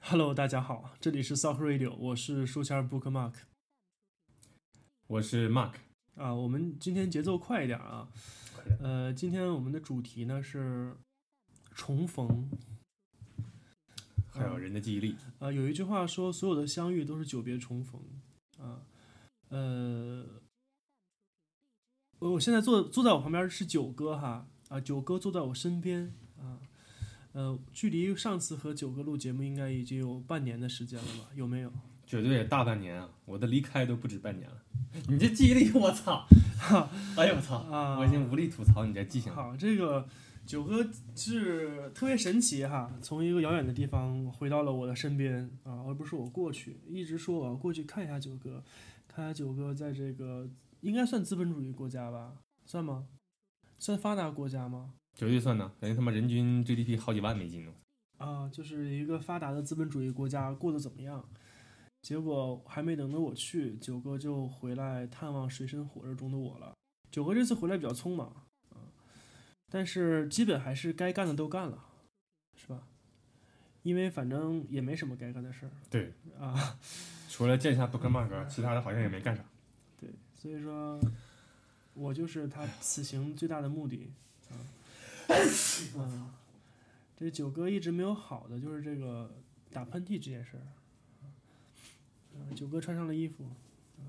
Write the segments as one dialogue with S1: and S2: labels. S1: Hello，大家好，这里是 Sock Radio，我是书签 Bookmark
S2: 我是 Mark，
S1: 啊。我们今天节奏快一点啊，呃，今天我们的主题呢是重逢。
S2: 还有人的记忆力，
S1: 啊、有一句话说，所有的相遇都是久别重逢。啊，呃，我我现在坐坐在我旁边是九哥哈，啊，九哥坐在我身边啊，呃，距离上次和九哥录节目应该已经有半年的时间了吧？有没有？
S2: 绝对大半年啊！我的离开都不止半年了。你这记忆力，我 操！哎呦我操！
S1: 啊，
S2: 我已经无力吐槽你这记性了。
S1: 好，这个九哥是特别神奇哈，从一个遥远的地方回到了我的身边啊，而不是我过去，一直说我要过去看一下九哥，看一下九哥在这个应该算资本主义国家吧，算吗？算发达国家吗？
S2: 绝对算呢，人家他妈人均 GDP 好几万美金呢。
S1: 啊，就是一个发达的资本主义国家过得怎么样？结果还没等着我去，九哥就回来探望水深火热中的我了。九哥这次回来比较匆忙啊，但是基本还是该干的都干了，是吧？因为反正也没什么该干的事儿
S2: 对，
S1: 啊，
S2: 除了见一下 Bookmark，其他的好像也没干啥。
S1: 对，所以说，我就是他此行最大的目的啊。嗯，这九哥一直没有好的，就是这个打喷嚏这件事儿。啊九哥穿上了衣服。啊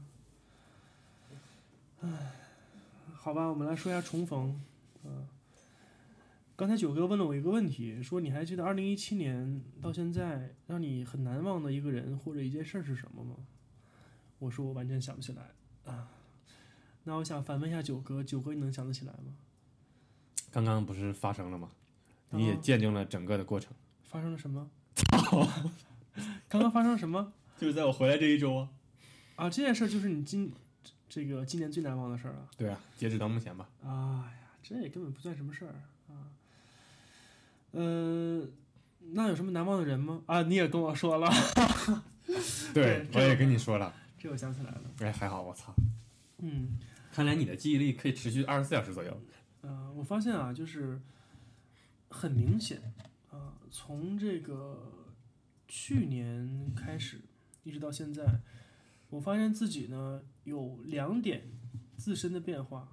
S1: 唉，好吧，我们来说一下重逢。啊，刚才九哥问了我一个问题，说你还记得二零一七年到现在让你很难忘的一个人或者一件事儿是什么吗？我说我完全想不起来啊。那我想反问一下九哥，九哥你能想得起来吗？
S2: 刚刚不是发生了吗？你也
S1: 啊
S2: 见证了整个的过程。
S1: 发生了什么？ 刚刚发生了什么
S2: 就是在我回来这一周啊。
S1: 啊？这件事儿就是你今这个今年最难忘的事儿啊！
S2: 对啊，截止到目前吧。
S1: 哎呀，这也根本不算什么事儿啊。呃，那有什么难忘的人吗？啊，你也跟我说了， 对
S2: 对，我也跟你说了。
S1: 这我想起来了。
S2: 哎，还好，我操！
S1: 嗯，
S2: 看来你的记忆力可以持续二十四小时左右。
S1: 呃，我发现啊，就是很明显啊、从这个去年开始一直到现在，我发现自己呢有两点自身的变化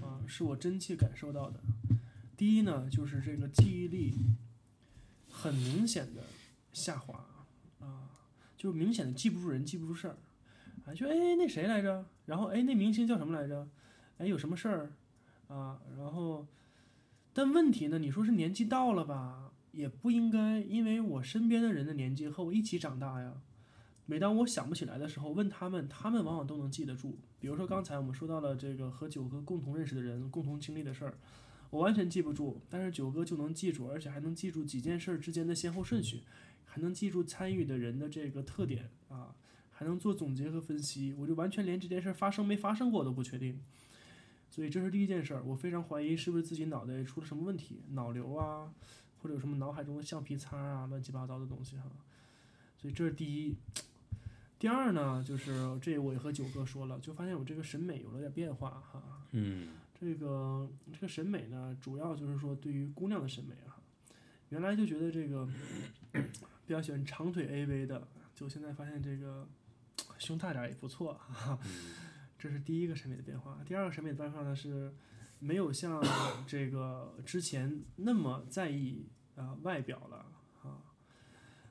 S1: 啊、是我真切感受到的。第一呢，就是这个记忆力很明显的下滑啊、就是明显的记不住人，记不住事儿。啊，就哎那谁来着？然后哎那明星叫什么来着？哎有什么事儿？啊，然后，但问题呢，你说是年纪到了吧，也不应该，因为我身边的人的年纪和我一起长大呀。每当我想不起来的时候，问他们，他们往往都能记得住。比如说刚才我们说到了这个和九哥共同认识的人、共同经历的事儿，我完全记不住，但是九哥就能记住，而且还能记住几件事儿之间的先后顺序，还能记住参与的人的这个特点啊，还能做总结和分析。我就完全连这件事儿发生没发生过我都不确定。所以这是第一件事儿，我非常怀疑是不是自己脑袋出了什么问题，脑瘤啊，或者有什么脑海中的橡皮擦啊，乱七八糟的东西哈。所以这是第一。第二呢，就是这我也和九哥说了，就发现我这个审美有了点变化哈。
S2: 嗯，
S1: 这个这个审美呢，主要就是说对于姑娘的审美啊，原来就觉得这个 比较喜欢长腿 AV 的，就现在发现这个胸大点儿也不错，哈哈。这是第一个审美的变化。第二个审美的变化呢是，没有像这个之前那么在意啊、外表了啊，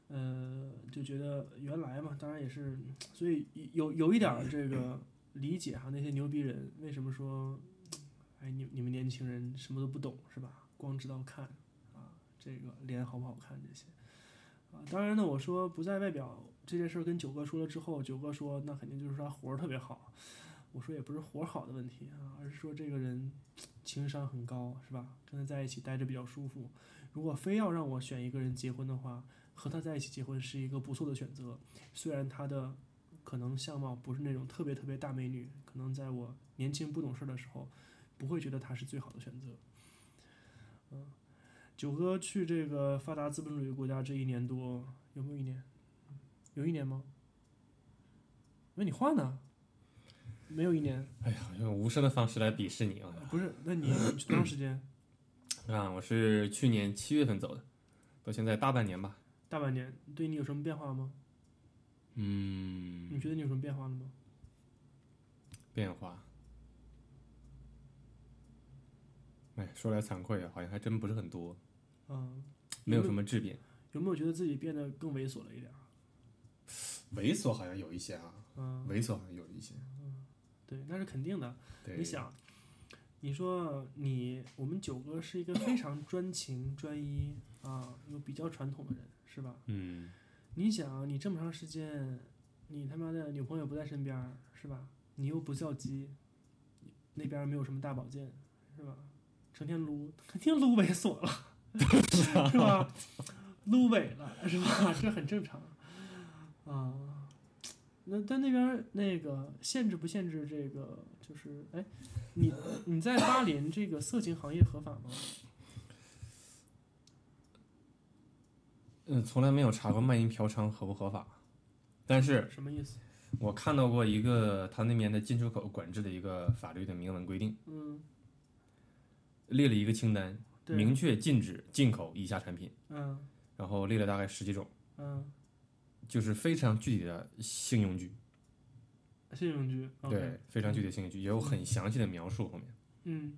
S1: 呃，就觉得原来嘛，当然也是，所以有有一点儿这个理解哈，那些牛逼人为什么说哎，你你们年轻人什么都不懂是吧？光知道看啊，这个脸好不好看这些啊。当然呢，我说不在外表这件事儿跟九哥说了之后，九哥说那肯定就是他活儿特别好。我说也不是活儿好的问题啊，而是说这个人情商很高是吧？跟他在一起待着比较舒服。如果非要让我选一个人结婚的话，和他在一起结婚是一个不错的选择。虽然他的可能相貌不是那种特别特别大美女，可能在我年轻不懂事儿的时候。不会觉得它是最好的选择。嗯，九哥去这个发达资本主义国家这一年多，有没有一年？有一年吗？那你换呢？没有一年，
S2: 哎呀，用无声的方式来鄙视你啊！
S1: 不是？那你多长时间？
S2: 啊，我是去年七月份走的，到现在大半年吧。
S1: 大半年，对你有什么变化吗？
S2: 嗯，
S1: 你觉得你有什么变化了吗？
S2: 变化。哎，说来惭愧啊，好像还真不是很多，
S1: 嗯，
S2: 没有什么质变。
S1: 有没有觉得自己变得更猥琐了一点儿？
S2: 猥琐好像有一些啊，
S1: 嗯，
S2: 猥琐好像有一些。
S1: 对，那是肯定的。
S2: 对，
S1: 你想，你说你我们九哥是一个非常专情、专一啊，又比较传统的人，是吧？
S2: 嗯，
S1: 你想，你这么长时间，你他妈的女朋友不在身边儿，是吧？你又不叫鸡，那边儿没有什么大保健，是吧？成天撸，肯定撸猥琐 了，
S2: 啊
S1: 是吧？撸猥了，是吧？ 这很正常啊。那但那边儿那个限制不限制这个，就是哎，你你在巴林这个色情行业合法吗？
S2: 嗯，从来没有查过卖淫嫖娼合不合法，但是
S1: 什么意思？
S2: 我看到过一个他那边的进出口管制的一个法律的明文规定，
S1: 嗯，
S2: 列了一个清单，
S1: 对，
S2: 明确禁止进口以下产品，
S1: 嗯
S2: 然后列了大概十几种，
S1: 嗯，
S2: 就是非常具体的性用具，
S1: 信用局，OK，
S2: 对，非常具体的性用具，也有很详细的描述后面。
S1: 嗯。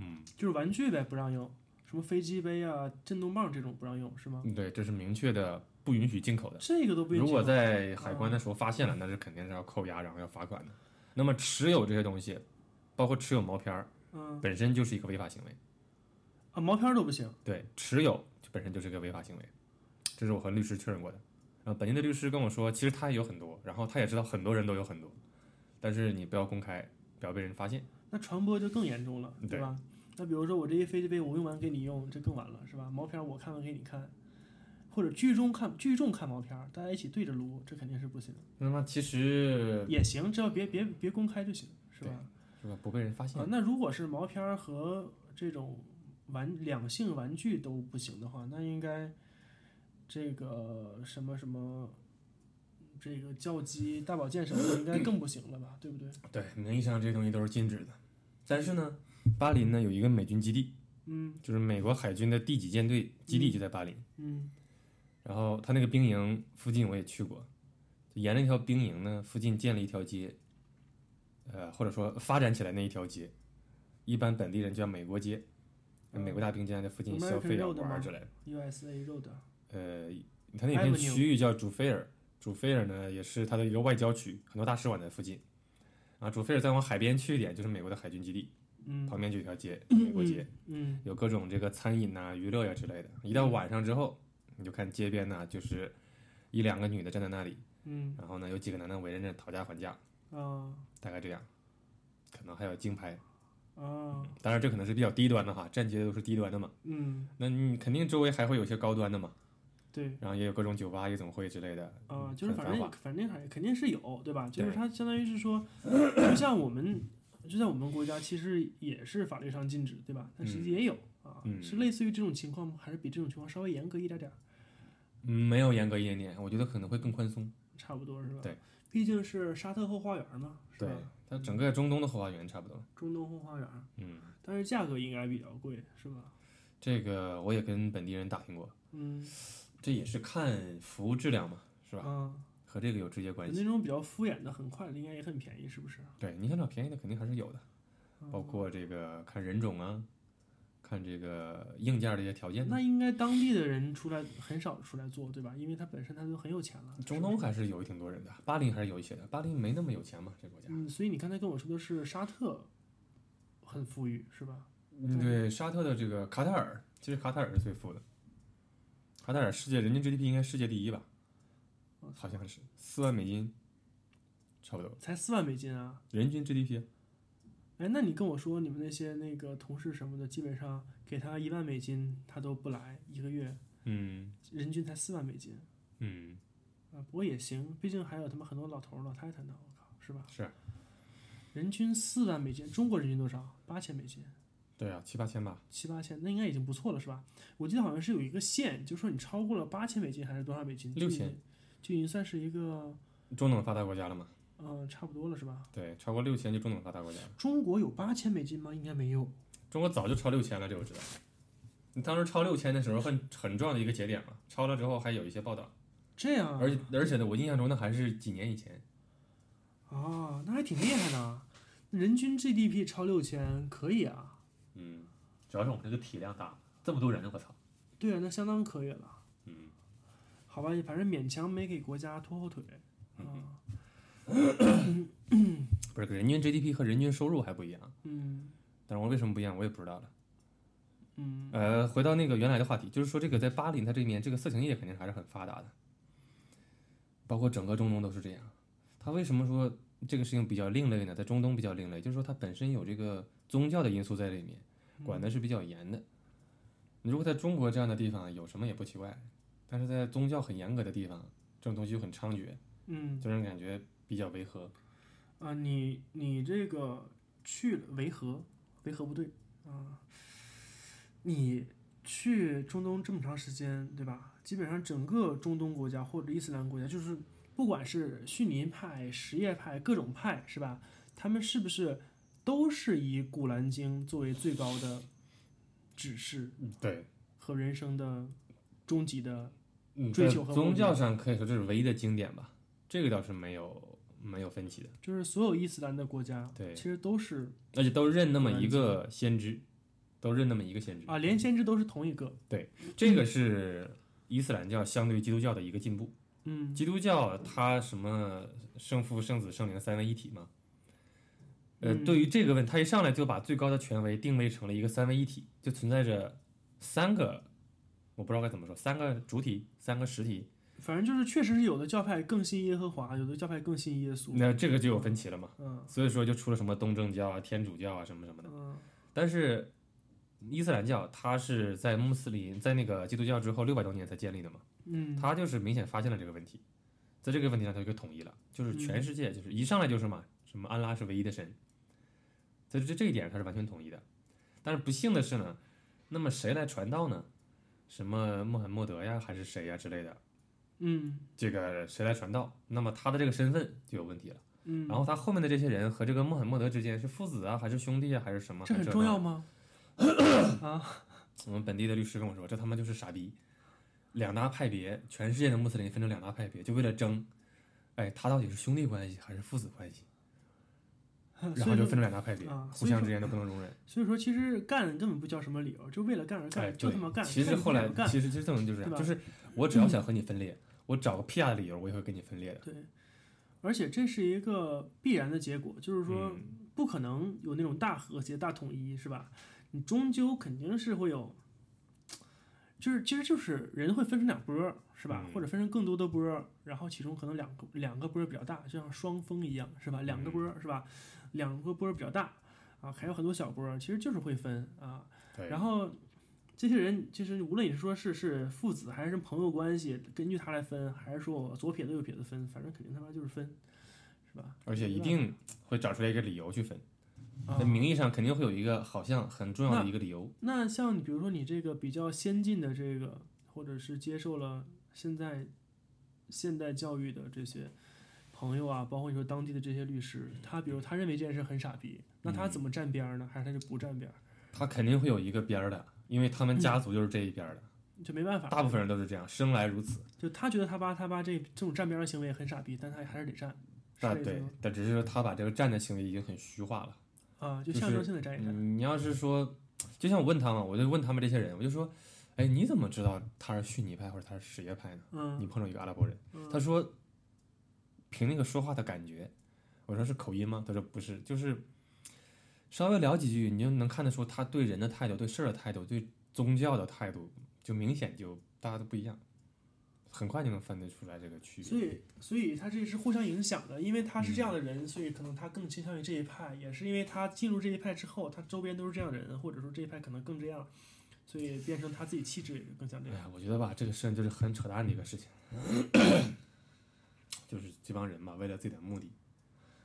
S2: 嗯，
S1: 就是玩具呗，不让用，什么飞机杯啊、震动棒这种不让用是吗？
S2: 嗯对，这是明确的不允许进口的。
S1: 这个都不允许。
S2: 如果在海
S1: 嗯
S2: 关的时候发现了，那是肯定是要扣押，然后要罚款的。那么持有这些东西，包括持有毛片儿，
S1: 嗯
S2: 本身就是一个违法行为。
S1: 啊，毛片儿都不行。
S2: 对，持有就本身就是一个违法行为，这是我和律师确认过的。呃，本地的律师跟我说，其实他也有很多，然后他也知道很多人都有很多，但是你不要公开，不要被人发现。
S1: 那传播就更严重了，
S2: 对
S1: 对吧？那比如说我这些飞机杯我用完给你用，这更完了是吧？毛片儿我看完给你看，或者聚众看聚众看毛片儿，大家一起对着撸，这肯定是不行。
S2: 那么其实
S1: 也行，只要别别别公开就行，是吧？
S2: 是吧，不被人发现
S1: 啊，，那如果是毛片儿和这种玩两性玩具都不行的话，那应该这个什么什么，这个叫鸡、大保健什么的，应该更不行了吧？对不对？
S2: 嗯对，名义上这些东西都是禁止的。但是呢，巴林呢有一个美军基地，
S1: 嗯
S2: 就是美国海军的第几舰队基地就在巴林。
S1: 嗯
S2: 然后他那个兵营附近我也去过，就沿着那条兵营呢附近建了一条街，呃，或者说发展起来那一条街，一般本地人叫美国街，
S1: 嗯
S2: 美国大兵就在那附近消费
S1: American
S2: 啊
S1: Road
S2: 玩
S1: 吗
S2: 儿之类的。
S1: ，USA Road，
S2: 呃，他那片
S1: Avenue
S2: 区域叫主菲尔，主菲尔呢也是它的一个外交区，很多大使馆在附近。啊，主菲尔再往海边去一点，就是美国的海军基地，
S1: 嗯
S2: 旁边就有一条街，美国街。
S1: 嗯
S2: 有各种这个餐饮呐、娱乐呀、之类的。一到晚上之后，你就看街边呐、就是一两个女的站在那里，
S1: 嗯
S2: 然后呢，有几个男的围着那讨价还价，
S1: 啊
S2: 大概这样。可能还有竞拍，
S1: 啊
S2: 当然这可能是比较低端的哈，站街的都是低端的嘛。
S1: 嗯，
S2: 那你肯定周围还会有一些高端的嘛，
S1: 对。
S2: 然后也有各种酒吧、夜总会之类的，
S1: 啊、
S2: 嗯
S1: 就是
S2: 很
S1: 反
S2: 繁
S1: 正
S2: 华。
S1: 反正还肯定是有，对吧？就是
S2: 对
S1: 它相当于是 说，就像我们就像我们国家其实也是法律上禁止，对吧？但实际也有、啊，
S2: 嗯
S1: 是类似于这种情况吗？还是比这种情况稍微严格一点点儿？
S2: 嗯，没有严格一点点，我觉得可能会更宽松。
S1: 差不多是吧？
S2: 对，
S1: 毕竟是沙特后花园嘛，是
S2: 对
S1: 吧？，
S2: 它整个中东的后花园差不多。
S1: 中东后花园，
S2: 嗯，
S1: 但是价格应该比较贵，是吧？
S2: 这个我也跟本地人打听过，
S1: 嗯，
S2: 这也是看服务质量嘛，是吧？
S1: 啊，
S2: 和这个有直接关系。
S1: 那种比较敷衍的，很快的应该也很便宜，是不是？
S2: 对，你想找便宜的肯定还是有的，
S1: 嗯
S2: 包括这个看人种啊，看这个硬件的一些条件呢。
S1: 那应该当地的人出来很少出来做，对吧？因为他本身他就很有钱了。
S2: 中东还是有挺多人的，巴林还是有一些的，巴林没那么有钱嘛，这国家。
S1: 嗯，所以你刚才跟我说的是沙特很富裕，是吧？
S2: 嗯，对，沙特的这个卡塔尔，其实卡塔尔是最富的，卡塔尔世界人均 GDP 应该世界第一吧，好像是四万美金，差不多
S1: 才四万美金啊！
S2: 人均 GDP。
S1: 哎，那你跟我说你们那些那个同事什么的，基本上给他一万美金他都不来，一个月
S2: 嗯
S1: 人均才四万美金
S2: 嗯，
S1: 啊。不过也行，毕竟还有他们很多老头儿老太太呢，我靠，是吧？
S2: 是
S1: 人均四万美金，中国人均多少？八千美金，
S2: 对啊，七八千吧。
S1: 七八千，那应该已经不错了，是吧？我记得好像是有一个线，就说你超过了八千美金还是多少美金，就已经
S2: 6000，
S1: 就已经算是一个
S2: 中等发达国家了嘛？
S1: 嗯、呃差不多了，是吧？
S2: 对，超过六千就中等发达国家了。
S1: 中国有八千美金吗？应该没有。
S2: 中国早就超六千了，这我知道。你当时超六千的时候很很重要的一个节点嘛，超了之后还有一些报道，
S1: 这样啊
S2: 而且而且呢，我印象中那还是几年以前，
S1: 啊，那还挺厉害呢。人均 GDP 超六千，可以啊。
S2: 嗯，主要是我们这个体量大，这么多人，我操，
S1: 对啊，那相当可以了。
S2: 嗯
S1: 好吧，反正勉强没给国家拖后腿
S2: 嗯
S1: 啊。
S2: 不是人均 GDP 和人均收入还不一样，
S1: 嗯
S2: 但是我为什么不一样，我也不知道了。
S1: 嗯
S2: 呃，回到那个原来的话题，就是说这个在巴林它这面，这个色情业肯定还是很发达的，包括整个中东都是这样。它为什么说这个事情比较另类呢？在中东比较另类，就是说它本身有这个宗教的因素在里面，管的是比较严的。你如果在中国这样的地方有什么也不奇怪，但是在宗教很严格的地方，这种东西就很猖獗，
S1: 嗯
S2: 就让人感觉比较违和。
S1: 啊，你你这个去了维和，维和部队啊，你去中东这么长时间，对吧？基本上整个中东国家或者伊斯兰国家，就是不管是逊尼派、什叶派各种派，是吧？他们是不是都是以《古兰经》作为最高的指示
S2: 对，
S1: 和人生的终极的？
S2: 嗯，
S1: 追
S2: 在
S1: 求和目
S2: 宗
S1: 的
S2: 教上可以说这是唯一的经典吧，这个倒是没有没有分歧的。
S1: 就是所有伊斯兰的国家，
S2: 对
S1: 其实都是
S2: 而且都认那么
S1: 突然
S2: 一个先知，都认那么一个先知。
S1: 啊，连先知都是同一个，
S2: 这个是伊斯兰教相对于基督教的一个进步。
S1: 嗯
S2: 基督教它什么圣父、圣子、圣灵三位一体嘛？呃，
S1: 嗯
S2: 对于这个问，他一上来就把最高的权威定位成了一个三位一体，就存在着三个，我不知道该怎么说，三个主体，三个实体。
S1: 反正就是确实是有的教派更信耶和华，有的教派更信耶稣。
S2: 那这个就有分歧了嘛？
S1: 嗯
S2: 所以说就出了什么东正教啊、天主教啊什么什么的。
S1: 嗯
S2: 但是伊斯兰教它是在穆斯林在那个基督教之后六百多年才建立的嘛，
S1: 嗯，
S2: 它就是明显发现了这个问题，在这个问题上它就统一了，就是全世界就是一上来就是嘛，什么安拉是唯一的神，在这这一点上它是完全统一的。但是不幸的是呢，那么谁来传道呢？什么穆罕默德呀，还是谁呀之类的，
S1: 嗯
S2: 这个谁来传道？那么他的这个身份就有问题了。
S1: 嗯，
S2: 然后他后面的这些人和这个穆罕默德之间是父子啊，还是兄弟啊，还是什么？
S1: 这
S2: 还
S1: 很
S2: 是
S1: 重
S2: 那
S1: 要 吗？啊
S2: 我们本地的律师跟我说，这他妈就是傻逼，两大派别，全世界的穆斯林分成两大派别，就为了争，哎，他到底是兄弟关系还是父子关系？然
S1: 嗯所
S2: 后
S1: 以
S2: 就
S1: 说
S2: 分成两大派别，
S1: 啊
S2: 互
S1: 所以
S2: 相
S1: 说
S2: 之间都不能容忍。
S1: 所以说其实干根本不叫什么理由，就为了干而
S2: 哎，
S1: 干，就
S2: 对
S1: 他妈，干。
S2: 其实
S1: 看你
S2: 后来
S1: 想干，
S2: 其实其实这种就是这样，
S1: 对吧
S2: 就是我只要想和你分裂，我找个屁大的理由，我也会跟你分裂的。
S1: 对，而且这是一个必然的结果，就是说
S2: 嗯
S1: 不可能有那种大和谐、大统一，是吧？你终究肯定是会有，就是其实就是人会分成两波儿，是吧？
S2: 嗯
S1: 或者分成更多的波儿，然后其中可能两个两个波儿比较大，就像双峰一样，是吧？两
S2: 嗯
S1: 个波儿、是吧？两个波儿比较大啊，还有很多小波儿，其实就是会分啊。
S2: 对，
S1: 然后这些人其实无论你是说是是父子还是朋友关系，根据他来分，还是说我左撇子右撇子分，反正肯定他妈就是分，是吧？
S2: 而且一
S1: 没办
S2: 定会找出来一个理由去分，
S1: 啊
S2: 在名义上肯定会有一个好像很重要的一个理由。
S1: 那像你比如说你这个比较先进的这个，或者是接受了现在现代教育的这些朋友啊，包括你说当地的这些律师，他比如他认为这件事很傻逼，那他
S2: 嗯
S1: 怎么站边儿呢？还是他就不站边儿？
S2: 他肯定会有一个边儿的，因为他
S1: 嗯
S2: 们家族就是这一边儿的，
S1: 就没办法，
S2: 大部分人都是这样，生来如此。
S1: 就他觉得他爸他爸这这种站边儿的行为很傻逼，但他还是得站，是
S2: 啊，
S1: 这意思
S2: 对
S1: 吗？，
S2: 但只是说他把这个站的行为已经很虚化了。
S1: 啊，就
S2: 就
S1: 象
S2: 是
S1: 征性的站一站。
S2: 嗯，你要是说，就像我问他嘛，我就问他们这些人，我就说，哎，你怎么知道他是逊尼派或者他是什叶派呢？
S1: 嗯
S2: 你碰上一个阿拉伯人，
S1: 嗯
S2: 他说，凭那个说话的感觉，我说是口音吗？他说不是，就是稍微聊几句，你就能看得出他对人的态度、对事儿的态度、对宗教的态度，就明显就大家都不一样，很快就能分得出来这个区别。
S1: 所以，所以他这是互相影响的，因为他是这样
S2: 嗯
S1: 的人，所以可能他更倾向于这一派，也是因为他进入这一派之后，他周边都是这样的人，或者说这一派可能更这样，所以变成他自己气质也更像这
S2: 哎
S1: 样。
S2: 呀，我觉得吧，这个事情就是很扯淡的一个事情， 就是这帮人吧，为了自己的目的，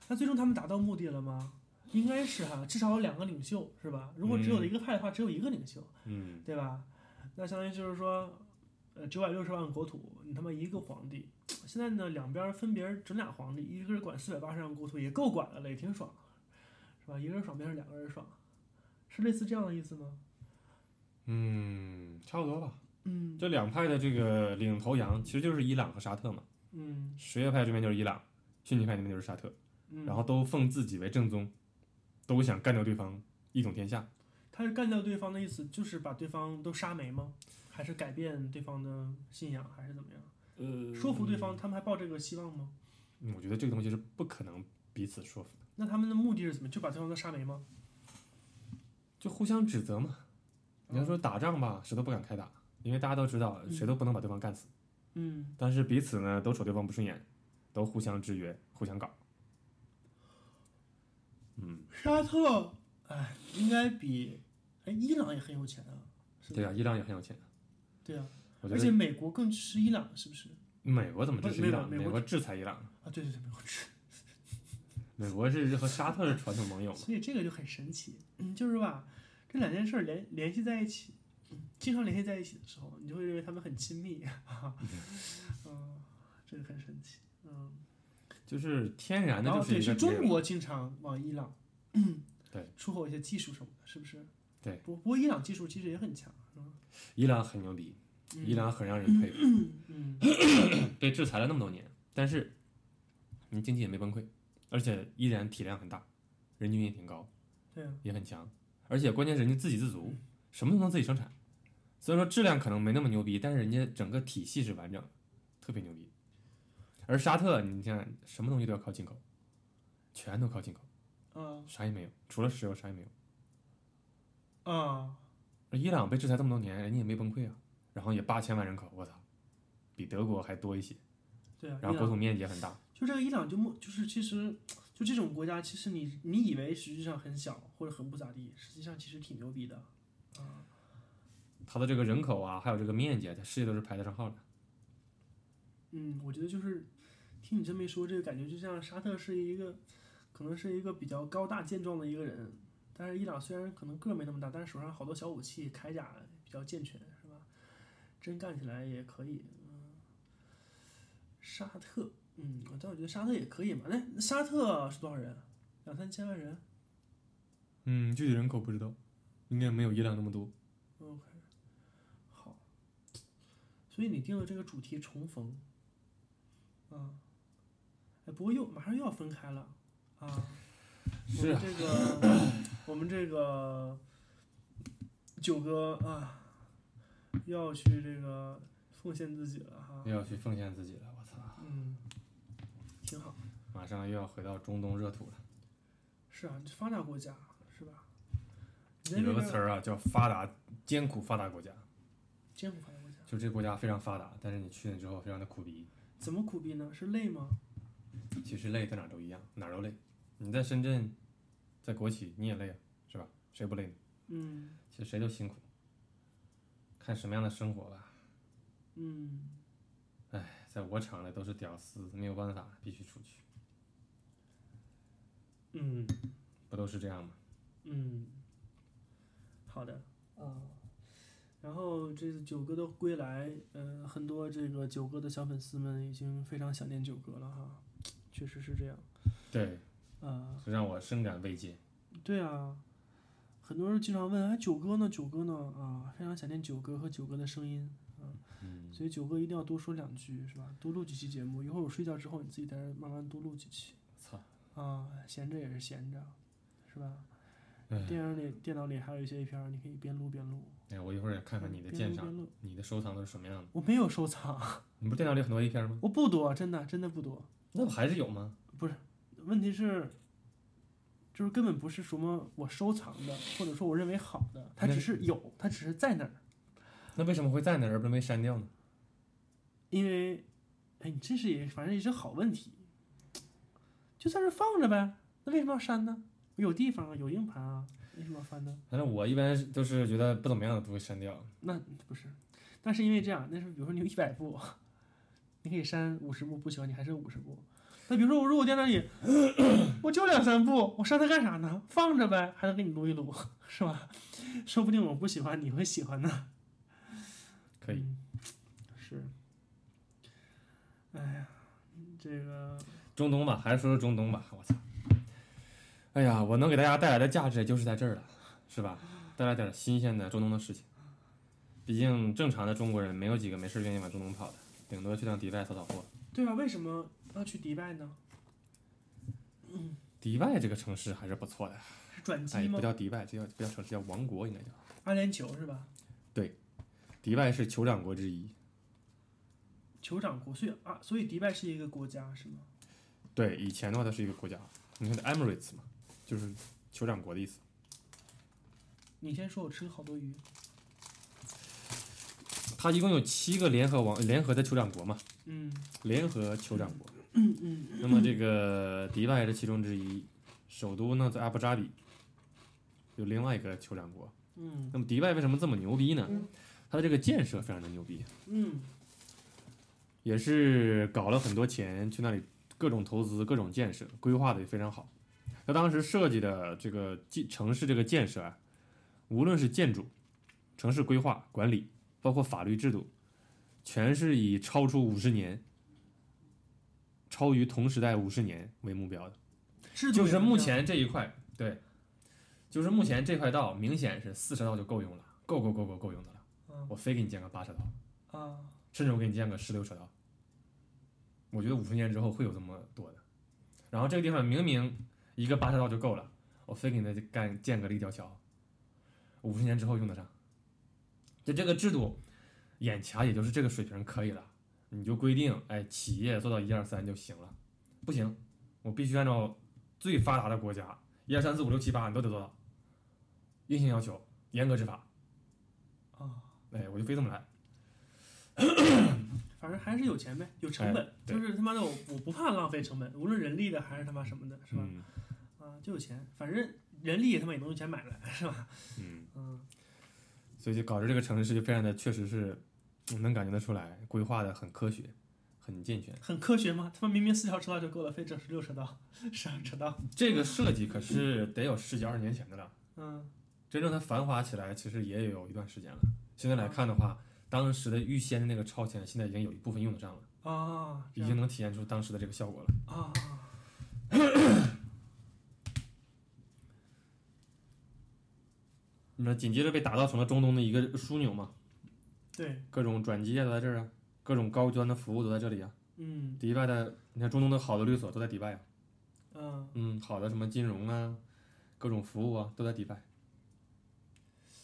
S1: 那最终他们达到目的了吗？应该是哈、至少有两个领袖是吧？如果只有
S2: 嗯
S1: 一个派的话，只有一个领袖，
S2: 嗯，
S1: 对吧？那相当于就是说，呃，九百六十万国土，你他妈一个皇帝。现在呢，两边分别整俩皇帝，一个人管四百八十万国土，也够管的了，也挺爽，是吧？一个人爽变成两个人爽，是类似这样的意思吗？
S2: 嗯，差不多吧。
S1: 嗯
S2: 这两派的这个领头羊其实就是伊朗和沙特嘛。
S1: 嗯
S2: 什叶派这边就是伊朗，逊尼派那边就是沙特，
S1: 嗯，
S2: 然后都奉自己为正宗，都想干掉对方，一统天下。
S1: 他是干掉对方的意思，就是把对方都杀没吗？还是改变对方的信仰，还是怎么样？
S2: 呃
S1: 说服对方，他们还抱这个希望吗？
S2: 嗯我觉得这个东西是不可能彼此说服的，
S1: 那他们的目的是怎么？就把对方都杀没吗？
S2: 就互相指责嘛。你要说打仗吧，谁都不敢开打，因为大家都知道
S1: 嗯
S2: 谁都不能把对方干死。
S1: 嗯，
S2: 但是彼此呢都瞅对方不顺眼，都互相制约，互相搞。嗯，
S1: 沙特，哎，应该比，哎，伊朗也很有钱啊，是吧
S2: 对啊，伊朗也很有钱。
S1: 对啊，
S2: 我觉
S1: 而且
S2: 得
S1: 美国更支持伊朗，是不是？
S2: 美国怎么支持伊朗？
S1: 不是美
S2: 美
S1: 国
S2: 国制裁伊朗，
S1: 啊，对对对，美国支持，
S2: 美国是和沙特是传统盟友嘛。
S1: 所以这个就很神奇，嗯，就是吧，这两件事儿联联系在一起，嗯经常联系在一起的时候，你就会认为他们很亲密，哈哈， 嗯，这个很神奇，嗯。
S2: 就是天然的
S1: 然
S2: 就
S1: 后对，
S2: 一个
S1: 是
S2: 敌人
S1: 中国经常往伊朗，
S2: 对，
S1: 出口一些技术什么的，是不是？
S2: 对
S1: 不不过伊朗技术其实也很强，是吧？
S2: 伊朗很牛逼，
S1: 嗯
S2: 伊，朗很让人佩服，
S1: 嗯
S2: 被制裁了那么多年，但是你经济也没崩溃，而且依然体量很大，人均也挺高，
S1: 对啊，
S2: 也很强，而且关键是人家自给自足，什么都能自己生产，虽然说质量可能没那么牛逼，但是人家整个体系是完整的，特别牛逼。而沙特，你像什么东西都要靠进口，全都靠进口，
S1: 啊
S2: 啥也没有，除了石油啥也没有。
S1: 啊，
S2: 而伊朗被制裁这么多年，人家也没崩溃啊，然后也八千万人口，我操，比德国还多一些，
S1: 对啊，
S2: 然后
S1: 伊
S2: 国
S1: 朗
S2: 土面积也很大，
S1: 就这个伊朗就莫就是其实就这种国家，其实你你以为实际上很小或者很不咋地，实际上其实挺牛逼的，啊，
S2: 它的这个人口啊，还有这个面积啊，在世界都是排得上号的。
S1: 嗯，我觉得就是听你这么一说，这个感觉就像沙特是一个可能是一个比较高大健壮的一个人，但是伊朗虽然可能个儿没那么大，但是手上好多小武器，铠甲比较健全，是吧？真干起来也可以，嗯，沙特，嗯，但我觉得沙特也可以嘛。那那沙特是多少人？啊两三千万人
S2: 嗯，具体人口不知道，应该没有伊朗那么多。
S1: ？OK，好。所以你定的这个主题重逢，啊，哎，不过又马上又要分开了 啊。我
S2: 是
S1: 们
S2: 啊，
S1: 这 个，我们这个九哥啊，要去这个奉献自己了哈
S2: 又。要去奉献自己了，我操！
S1: 嗯，挺好。
S2: 马上又要回到中东热土了。
S1: 是啊，发达国家是吧？你在
S2: 有
S1: 那
S2: 一个词
S1: 边
S2: 儿啊，叫发达、艰苦发达国家，
S1: 艰苦发达国家，
S2: 就这国家非常发达，但是你去了之后非常的苦逼。
S1: 怎么苦逼呢？是累吗？
S2: 其实累在哪儿都一样，哪儿都累。你在深圳，在国企你也累啊，是吧？谁不累呢？
S1: 嗯
S2: 其实谁都辛苦，看什么样的生活吧。
S1: 嗯，
S2: 哎，在我厂里都是屌丝，没有办法，必须出去，
S1: 嗯
S2: 不都是这样吗？
S1: 嗯，好的啊。然后这次九哥的归来，呃，很多这个九哥的小粉丝们已经非常想念九哥了哈，确实是这样。
S2: 对，
S1: 啊，
S2: 这让我深感慰藉。
S1: 对啊，很多人经常问，哎，九哥呢？九哥呢？啊，非常想念九哥和九哥的声音，
S2: 嗯，
S1: 所以九哥一定要多说两句，是吧？多录几期节目，一会儿我睡觉之后，你自己在这儿慢慢多录几期
S2: 操，
S1: 啊，闲着也是闲着，是吧？
S2: 哎
S1: 电影里、电脑里还有一些 A 片儿，你可以边录边录，
S2: 哎，我一会儿也看看你的鉴
S1: 边
S2: 赏，
S1: 录边录。
S2: 你的收藏都是什么样的？
S1: 我没有收藏，
S2: 你不是电脑里很多 A 片吗？
S1: 我不多，真的真的不多。
S2: 那不还是有吗？
S1: 问题是，就是根本不是什么我收藏的，或者说我认为好的，它
S2: 那
S1: 只是有，它只是在那儿。
S2: 那为什么会在那儿而不被删掉呢？
S1: 因为，哎，你这是也反正也是好问题，就在这放着呗。那为什么要删呢？有地方啊，有硬盘啊，为什么要翻呢？
S2: 反正我一般是都是觉得不怎么样的都会删掉。
S1: 那不是，那是因为这样，那是比如说你有一百部， 你可以删五十部不行，你还剩五十部。那比如说我如果电脑里 我就两三部，我删它干啥呢？放着呗，还能给你撸一撸，是吧？ 说不定我不喜欢，你会喜欢呢。
S2: 可以，
S1: 嗯是。哎呀，这个
S2: 中东吧，还是说说中东吧。我操！哎呀，我能给大家带来的价值也就是在这儿了，是吧？带来点新鲜的中东的事情，毕竟正常的中国人没有几个没事愿意往中东跑的，顶多去趟迪拜扫扫货。
S1: 对啊，为什么要去迪拜呢？
S2: 迪拜这个城市还是不错的，
S1: 是转机
S2: 哎，
S1: 吗
S2: 不？叫迪拜，这叫不叫城市，叫王国应该叫。
S1: 阿联酋是吧？
S2: 迪拜是酋长国之一，
S1: 酋长国，所以啊，所以迪拜是一个国家是吗？
S2: 对，以前的话它是一个国家，你看它 Emirates 嘛，就是酋长国的意思。
S1: 你先说，我吃了好多鱼。
S2: 它一共有七个联合王联合的酋长国嘛，
S1: 嗯
S2: 联合酋长国。
S1: 嗯嗯，
S2: 那么这个迪拜是其中之一，首都呢在阿布扎比，有另外一个酋长国。
S1: 嗯
S2: 那么迪拜为什么这么牛逼呢
S1: 嗯？
S2: 它的这个建设非常的牛逼，
S1: 嗯
S2: 也是搞了很多钱去那里各种投资、各种建设，规划的也非常好。他当时设计的这个建城市这个建设啊，无论是建筑、城市规划管理，包括法律制度，全是以超出五十年、超于同时代五十年为目标的。
S1: 制度
S2: 就
S1: 也
S2: 是
S1: 不一
S2: 目
S1: 样
S2: 前这一块，对，就是目前这块道明显是四十道就够用了，够够够够够用的了。
S1: 嗯
S2: 我非给你建个八十道，
S1: 啊，
S2: 甚至我给你建个十六车道。我觉得五十年之后会有这么多的。然后这个地方明明一个八车道就够了，我非给你再干建个立交桥，五十年之后用得上。就这个制度，眼瞧也就是这个水平可以了，你就规定，哎，企业做到一二三就行了。不行，我必须按照最发达的国家一二三四五六七八你都得做到，硬性要求，严格执法。
S1: 啊，
S2: 哎，我就非这么来。
S1: 反正还是有钱呗，有成本，
S2: 哎对
S1: 就是他妈的我我不怕浪费成本，无论人力的还是他妈什么的，是吧？
S2: 嗯
S1: 啊，就有钱，反正人力他妈也能用钱买来，是吧？
S2: 嗯。
S1: 嗯
S2: 所以就搞得这个城市就非常的，确实是嗯能感觉得出来，规划的很科学，很健全。
S1: 很科学吗？他们明明四条车道就够了，非整十六车道、十二车道，
S2: 这个设计可是得有十几二十年前的了，
S1: 嗯
S2: 真正它繁华起来其实也有一段时间了。现在来看的话，当时的预先的那个超前，现在已经有一部分用得上了，
S1: 啊，这
S2: 已
S1: 样
S2: 经能体现出当时的这个效果了。
S1: 啊，
S2: 那紧接着被打造成了中东的一个枢纽嘛，
S1: 对，
S2: 各种转机啊都在这儿啊，各种高端的服务都在这里啊。
S1: 嗯
S2: 迪拜的，你看中东的好的律所都在迪拜啊。
S1: 嗯，
S2: 嗯，好的，什么金融啊，各种服务啊，都在迪拜。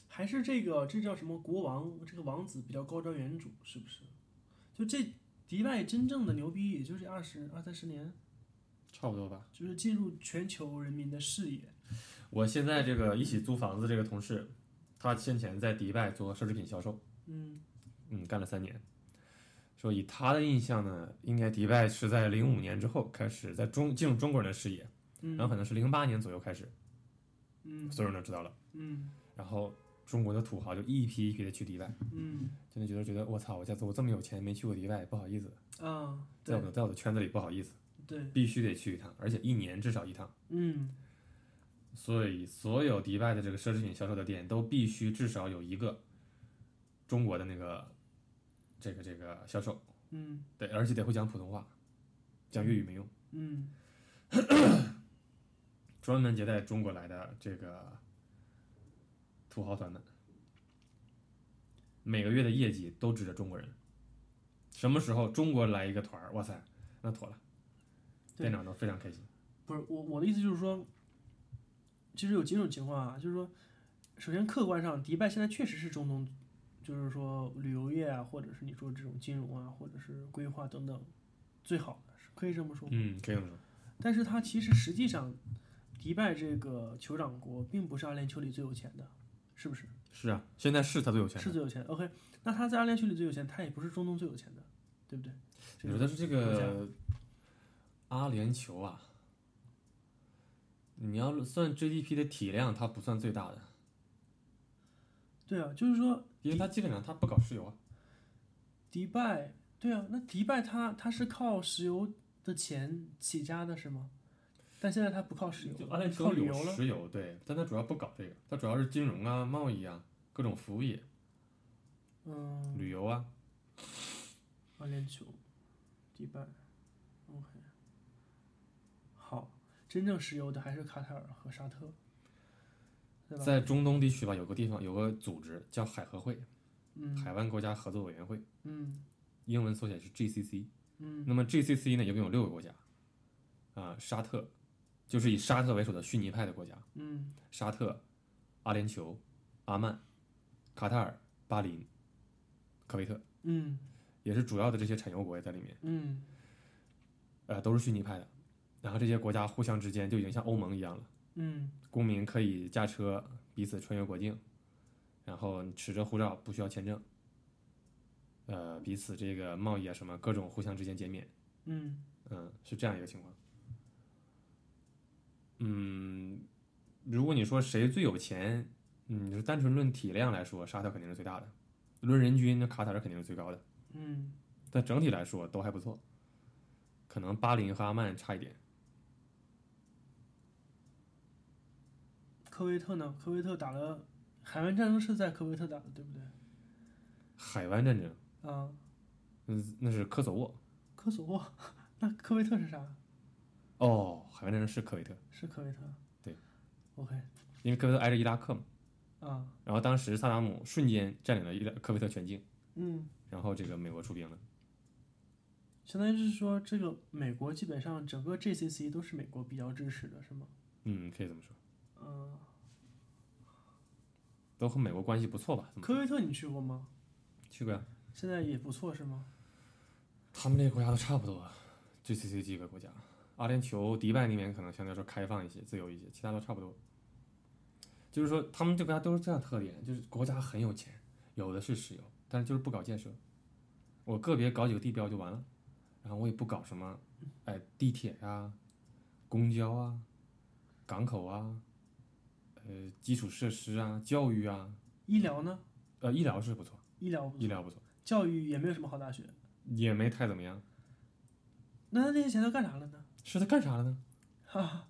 S1: 还是这个这叫什么国王？这个王子比较高瞻远瞩，是不是？就这迪拜真正的牛逼，也就是二十二三十年，
S2: 差不多吧。
S1: 就是进入全球人民的视野。
S2: 我现在这个一起租房子这个同事，他先前在迪拜做奢侈品销售，
S1: 嗯
S2: 嗯，干了三年。说以他的印象呢，应该迪拜是在零五年之后开始在中进入中国人的视野，
S1: 嗯，
S2: 然后可能是零八年左右开始，
S1: 嗯
S2: 所有人都知道了。
S1: 嗯
S2: 然后中国的土豪就一批一批的去迪拜，
S1: 嗯
S2: 真的觉得觉得我操，我家我这么有钱没去过迪拜，不好意思，
S1: 啊，
S2: 在我
S1: 对
S2: 的在我的圈子里不好意思，
S1: 对，
S2: 必须得去一趟，而且一年至少一趟。
S1: 嗯
S2: 所以，所有迪拜的这个奢侈品销售的店都必须至少有一个中国的那个这个这个销售，
S1: 嗯
S2: 对，而且得会讲普通话，讲粤语没用，
S1: 嗯
S2: 专门接待中国来的这个土豪团们，每个月的业绩都指着中国人。什么时候中国来一个团儿，哇塞，那妥了，
S1: 对
S2: 店长都非常开心。
S1: 不是我我的意思就是说，其实有几种情况啊，就是说，首先客观上，迪拜现在确实是中东，就是说旅游业啊，或者是你说这种金融啊，或者是规划等等，最好的是可以这么说。
S2: 嗯，可以这么说。
S1: 但是它其实实际上，迪拜这个酋长国并不是阿联酋里最有钱的，是不是？
S2: 是啊，现在是他最有钱
S1: 是
S2: 的。
S1: 最有钱的。OK，那他在阿联酋里最有钱，他也不是中东最有钱的，对不对？这
S2: 我
S1: 个
S2: 觉得是这
S1: 国家
S2: 个阿联酋啊，你要算 GDP 的体量，它不算最大的，
S1: 对啊，就是说
S2: 因为它基本上它不搞石油啊。
S1: 迪拜，对啊，那迪拜它它是靠石油的钱起家的是吗？但现在它不靠石油
S2: 就
S1: 了，
S2: 阿联
S1: 靠
S2: 酋
S1: 旅
S2: 有
S1: 游了。
S2: 石油，对，但它主要不搞这个，它主要是金融啊、贸易啊、各种服务业、
S1: 嗯，
S2: 旅游啊。
S1: 阿联酋，迪拜，OK，好，真正石油的还是卡塔尔和沙特，对吧？
S2: 在中东地区吧，有个地方有个组织叫海合会，
S1: 嗯
S2: 海湾国家合作委员会，
S1: 嗯
S2: 英文缩写是 GCC。
S1: 嗯
S2: 那么 GCC 呢，一共有六个国家，啊、沙特就是以沙特为首的逊尼派的国家，
S1: 嗯
S2: 沙特、阿联酋、阿曼、卡塔尔、巴林、科威特，
S1: 嗯
S2: 也是主要的这些产油国也在里面，
S1: 嗯
S2: 呃，都是逊尼派的。然后这些国家互相之间就已经像欧盟一样了，
S1: 嗯
S2: 公民可以驾车彼此穿越国境，然后持着护照不需要签证，呃，彼此这个贸易啊什么各种互相之间减免。
S1: 嗯
S2: 嗯，是这样一个情况。嗯，如果你说谁最有钱，嗯，就是单纯论体量来说，沙特肯定是最大的，论人均，那卡塔尔肯定是最高的。
S1: 嗯
S2: 但整体来说都还不错，可能巴林和阿曼差一点。
S1: 科威特呢？科威特打了海湾战争是在科威特打的，对不对？
S2: 海湾战争，
S1: 啊，
S2: 嗯，那是科索沃。
S1: 科索沃， 那科威特是啥？
S2: 哦，海湾战争是科威特，
S1: 是科威特。啊
S2: 对。
S1: OK，
S2: 因为科威特挨着伊拉克嘛。
S1: 啊，
S2: 然后当时萨达姆瞬间占领了伊拉科威特全境，
S1: 嗯，
S2: 然后这个美国出兵了。
S1: 相当于是说，这个美国基本上整个 GCC 都是美国比较支持的，是吗？
S2: 嗯，可以这么说，
S1: 嗯、
S2: 都和美国关系不错吧？这么说
S1: 科威特你去过吗？
S2: 去过呀。
S1: 现在也不错，是吗？
S2: 他们这些国家都差不多，GCC 几个国家，阿联酋、迪拜那边可能相对来说开放一些、自由一些，其他都差不多。就是说，他们这国家都是这样特点，就是国家很有钱，有的是石油，但是就是不搞建设。我个别搞几个地标就完了，然后我也不搞什么，哎，地铁啊、公交啊、港口啊、呃，基础设施啊、教育啊，
S1: 医疗呢？
S2: 呃，医疗是不错，
S1: 医疗不
S2: 医疗不错，
S1: 教育也没有什么好大学，
S2: 也没太怎么样。
S1: 那他那些钱都干啥了呢？
S2: 是他干啥了呢？
S1: 哈哈，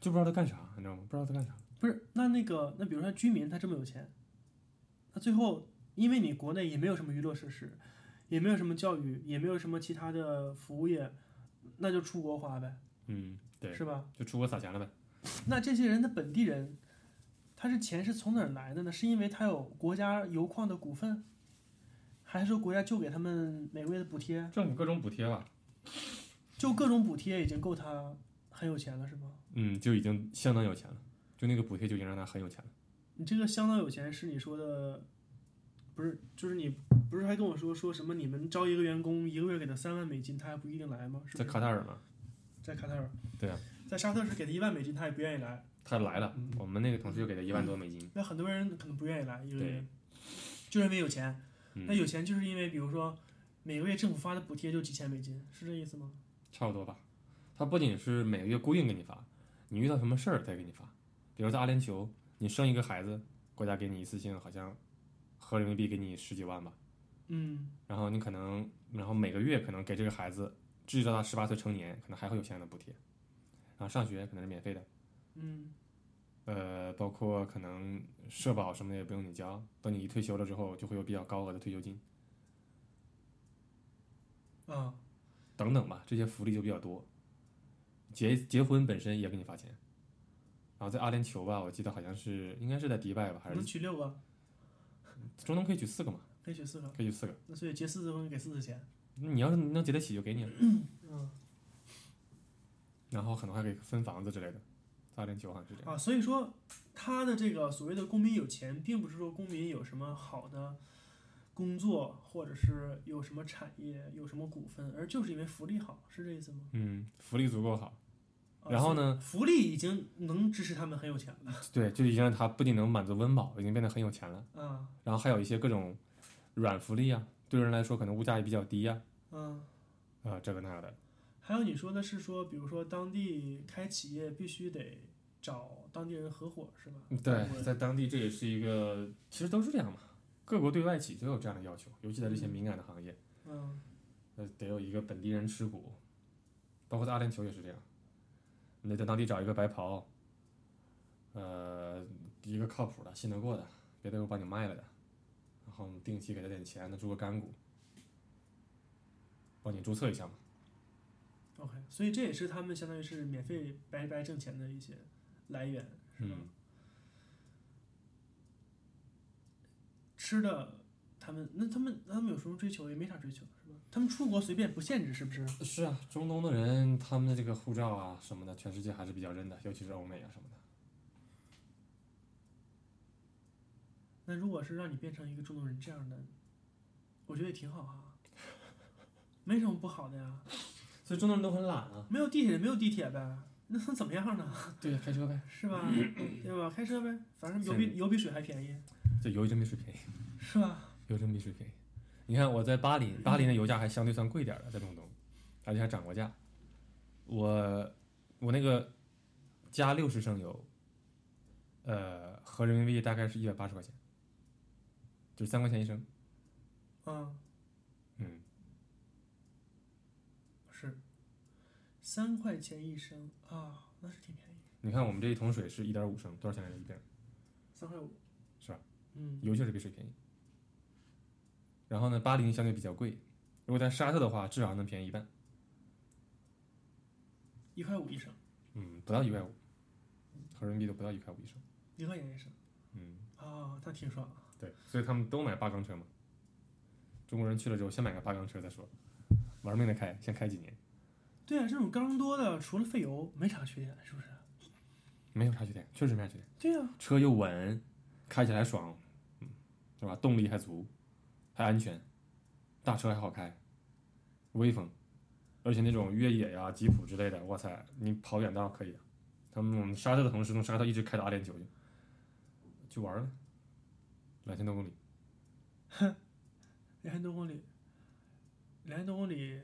S2: 就不知道他干啥，你知道吗？不知道他干啥。
S1: 不是，那那个，那比如说居民他这么有钱，那最后因为你国内也没有什么娱乐设施，也没有什么教育，也没有什么其他的服务业，那就出国花呗，
S2: 嗯，对，
S1: 是吧？
S2: 就出国撒钱了呗。
S1: 那这些人的本地人，他这钱是从哪儿来的呢？是因为他有国家油矿的股份，还是说国家就给他们每个月的补贴？
S2: 政府各种补贴吧，
S1: 就各种补贴已经够他很有钱了，是吗？
S2: 嗯，就已经相当有钱了，就那个补贴就已经让他很有钱了。
S1: 你这个相当有钱是你说的，不是？就是你不是还跟我说说什么？你们招一个员工，一个月给他三万美金，他还不一定来吗？是不
S2: 在
S1: 是
S2: 卡塔尔嘛，
S1: 在卡塔尔，
S2: 对啊，
S1: 在沙特是给他一万美金，他也不愿意来。
S2: 他来了，
S1: 嗯
S2: 我们那个同事就给他一万多美金。
S1: 那很多人可能不愿意来，一个月
S2: 对，
S1: 就是因为有钱。那
S2: 嗯，
S1: 有钱就是因为，比如说每个月政府发的补贴就几千美金，是这意思吗？
S2: 差不多吧。他不仅是每个月固定给你发，你遇到什么事儿再给你发。比如在阿联酋，你生一个孩子，国家给你一次性好像合人民币给你十几万吧，
S1: 嗯
S2: 然后你可能，然后每个月可能给这个孩子，至于到他十八岁成年，可能还会有相应的补贴。然后上学可能是免费的，
S1: 嗯
S2: 呃，包括可能社保什么的也不用你交，等你一退休了之后，就会有比较高额的退休金
S1: 啊，
S2: 等等吧，这些福利就比较多。结结婚本身也给你发钱，然后在阿联酋吧，我记得好像是应该是在迪拜吧，还
S1: 能
S2: 是
S1: 取六个，
S2: 中东可以娶四个嘛，
S1: 可以取四个，
S2: 可以娶四个。
S1: 那所以结四次婚给四次钱。
S2: 你要是能结得起就给你了，
S1: 嗯。
S2: 然后可能还可以分房子之类的，在阿联酋好像是这样。
S1: 啊，所以说他的这个所谓的公民有钱，并不是说公民有什么好的工作，或者是有什么产业、有什么股份，而就是因为福利好，是这意思吗？
S2: 嗯，福利足够好，
S1: 啊
S2: 然后
S1: 所
S2: 呢，
S1: 以福利已经能支持他们很有钱了
S2: 对，就已经让他不仅能满足温饱，已经变得很有钱了。
S1: 啊，
S2: 然后还有一些各种软福利啊，对人来说可能物价也比较低呀、
S1: 嗯。
S2: 啊，这个那个的。
S1: 还有你说的是说，比如说当地开企业必须得找当地人合伙，是吧？合伙
S2: 对，
S1: 人
S2: 在当地这也是一个，其实都是这样嘛，各国对外企都有这样的要求，尤其在这些
S1: 嗯
S2: 敏感的行业，
S1: 嗯
S2: 呃，得有一个本地人持股，包括在阿联酋也是这样，你得在当地找一个白袍，呃，一个靠谱的、信得过的，别到时候把你卖了的，然后定期给他点钱，他出个干股，帮你注册一下嘛。
S1: ，OK，所以这也是他们相当于是免费白白挣钱的一些来源，是吧？
S2: 嗯
S1: 吃的，他他们那他们那他们有什么追求？也没啥追求，是吧？他们出国随便不限制，是不是？
S2: 是啊，中东的人他们的这个护照啊什么的，全世界还是比较认的，尤其是欧美啊什么的。
S1: 那如果是让你变成一个中东人这样的，我觉得也挺好啊，没什么不好的呀。
S2: 所以中东人都很懒啊。
S1: 没有地铁没有地铁呗，那能怎么样呢？
S2: 对呀，开车呗。
S1: 是 吧？对吧？开车呗，反正油比油比水还便宜，
S2: 这油真没水便宜，
S1: 是吧？
S2: 油真没水便宜。你看我在巴黎，巴黎的油价还相对算贵点儿的，在中东，而且还涨过价。我我那个加六十升油，呃，合人民币大概是一百八十块钱，就是三块钱一升。
S1: 嗯，
S2: 嗯，
S1: 是，三块钱一升啊，那是挺便宜，
S2: 你看我们这一桶水是一点五升，多少钱来着一瓶？
S1: 三块五。
S2: 是吧？
S1: 嗯，
S2: 油确实比水便宜。然后呢，巴黎相对比较贵，如果在沙特的话，至少能便宜一半，
S1: 一块五一升，
S2: 嗯，不到一块五，合人民币都不到一块五一升，
S1: 一块钱一升
S2: 嗯，
S1: 啊，那挺爽。
S2: 对，所以他们都买八缸车嘛。中国人去了之后，先买个八缸车再说，玩命的开，先开几年，
S1: 对啊，这种缸多的除了费油没啥缺点，是不是？
S2: 没有啥缺点，确实没啥缺点，
S1: 对啊，
S2: 车又稳，开起来爽，嗯，对吧？动力还足，还安全，大车还好开，威风，而且那种越野呀、吉普之类的，哇塞，你跑远道可以。啊他们我们沙特的同事从沙特一直开到阿联酋去，去玩儿了，两千多公里，
S1: 两千多公里，两千多公里，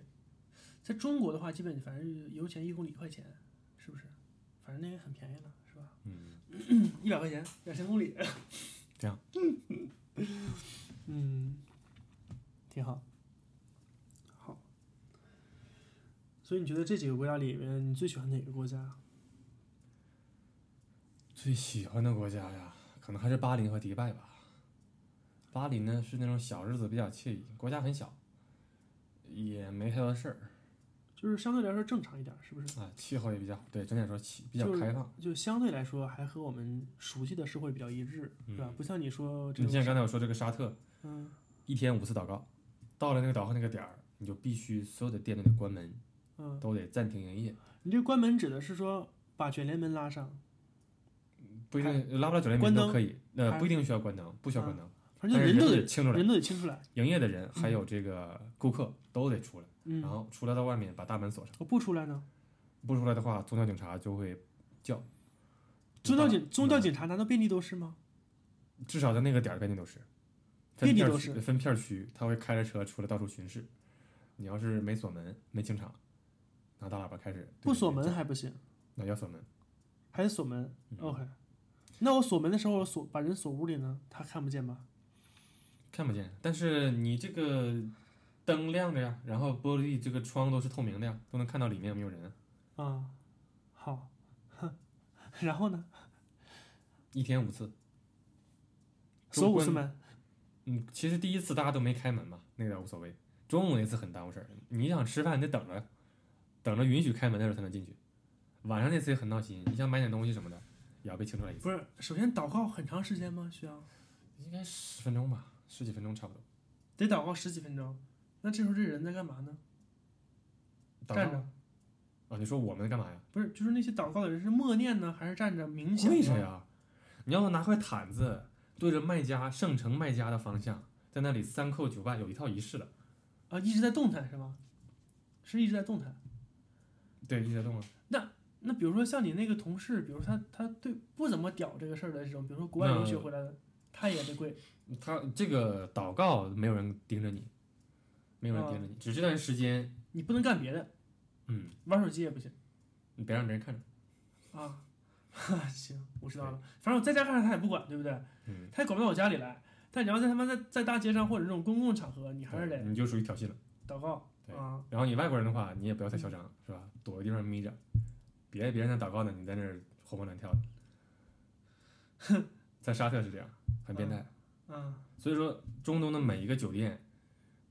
S1: 在中国的话，基本反正油钱一公里一块钱，是不是？反正那也很便宜了，是吧？
S2: 嗯。
S1: 一百块钱，两千公里，
S2: 这样，
S1: 嗯，挺好，好。所以你觉得这几个国家里面，你最喜欢哪个国家？
S2: 最喜欢的国家呀，可能还是巴林和迪拜吧。巴林呢是那种小日子比较惬意，国家很小，也没太多事儿
S1: 就是相对来说正常一点，是不是？
S2: 啊，气候也比较对，整体来说气比较
S1: 就是
S2: 开放。
S1: 就相对来说还和我们熟悉的社会比较一致，对吧？
S2: 嗯
S1: 不像你说这
S2: 你像
S1: 种，
S2: 刚才我说这个沙特，
S1: 嗯，
S2: 一天五次祷告，到了那个祷告那个点儿，你就必须所有的店都得关门，
S1: 嗯，
S2: 都得暂停营业，
S1: 你这关门指的是说把卷帘门拉上，
S2: 不一定拉不拉酒店
S1: 关
S2: 门都
S1: 灯
S2: 可以，呃，
S1: 还
S2: 不一定需要关灯，不需要关灯，
S1: 反正就
S2: 但是
S1: 人都
S2: 得
S1: 得嗯
S2: 清出来，
S1: 人都得清出来，
S2: 营业的人还有这个顾客都得出来，
S1: 嗯
S2: 然，后出来到外面把大门锁上。
S1: 我不出来呢。
S2: 不出来的话，宗教警察就会叫。
S1: 宗教警
S2: 嗯
S1: 宗教警察难道遍地都是吗？
S2: 至少在那个点儿遍地都是，
S1: 遍地
S2: 分片儿
S1: 都
S2: 区
S1: 是
S2: 分片儿区，他会开着车出来到处巡视。你要是没锁门、没清场，拿大喇叭开始对
S1: 不
S2: 你
S1: 锁
S2: 叫
S1: 门，还不行，
S2: 那要锁门。
S1: 还得锁门。
S2: 嗯
S1: OK，那我锁门的时候，我锁把人锁屋里呢，他看不见吧？
S2: 看不见，但是你这个灯亮着呀，然后玻璃这个窗都是透明的呀，都能看到里面有没有人啊。
S1: 啊、好，然后呢？
S2: 一天五次，
S1: 锁五
S2: 关
S1: 次门，
S2: 嗯，其实第一次大家都没开门嘛，那个倒无所谓。中午那次很耽误事儿，你想吃饭你得等着，等着允许开门的时候才能进去。晚上那次也很闹心，你想买点东西什么的，也要被清出来一次，
S1: 不是，首先祷告很长时间吗？需要
S2: 应该十分钟吧，十几分钟差不多。
S1: 得祷告十几分钟。那这时候这人在干嘛呢？
S2: 祷告
S1: 站着
S2: 啊？你说我们干嘛呀？
S1: 不是，就是那些祷告的人是默念呢，还是站着冥想？
S2: 为啥？呀？你要拿块毯子对着卖家圣城卖家的方向，在那里三叩九拜，有一套仪式了。
S1: 啊，一直在动弹是吗？是一直在动弹。
S2: 对，一直在动啊。
S1: 那比如说像你那个同事，比如他他对不怎么屌这个事儿的这种，比如说国外留学
S2: 那
S1: 回来的，他也得跪。
S2: 他这个祷告没有人盯着你，没有人
S1: 啊
S2: 盯着你，只这段时间，
S1: 你不能干别的，
S2: 嗯，
S1: 玩手机也不行
S2: 你别让别人看着。
S1: 啊。 行，我知道了。反正我在家看着他也不管，对不对？
S2: 嗯。
S1: 他也管不到我家里来。但你要在他妈在在大街上或者这种公共场合，你还是
S2: 对
S1: 得
S2: 你就属于挑衅了。
S1: 祷告
S2: 对
S1: 啊。
S2: 然后你外国人的话，你也不要太嚣
S1: 嗯
S2: 张，是吧？躲个地方眯着，别别人在祷告呢，你在那儿活蹦乱跳的。 在沙特是这样，很变态。
S1: 嗯，
S2: 所以说，中东的每一个酒店，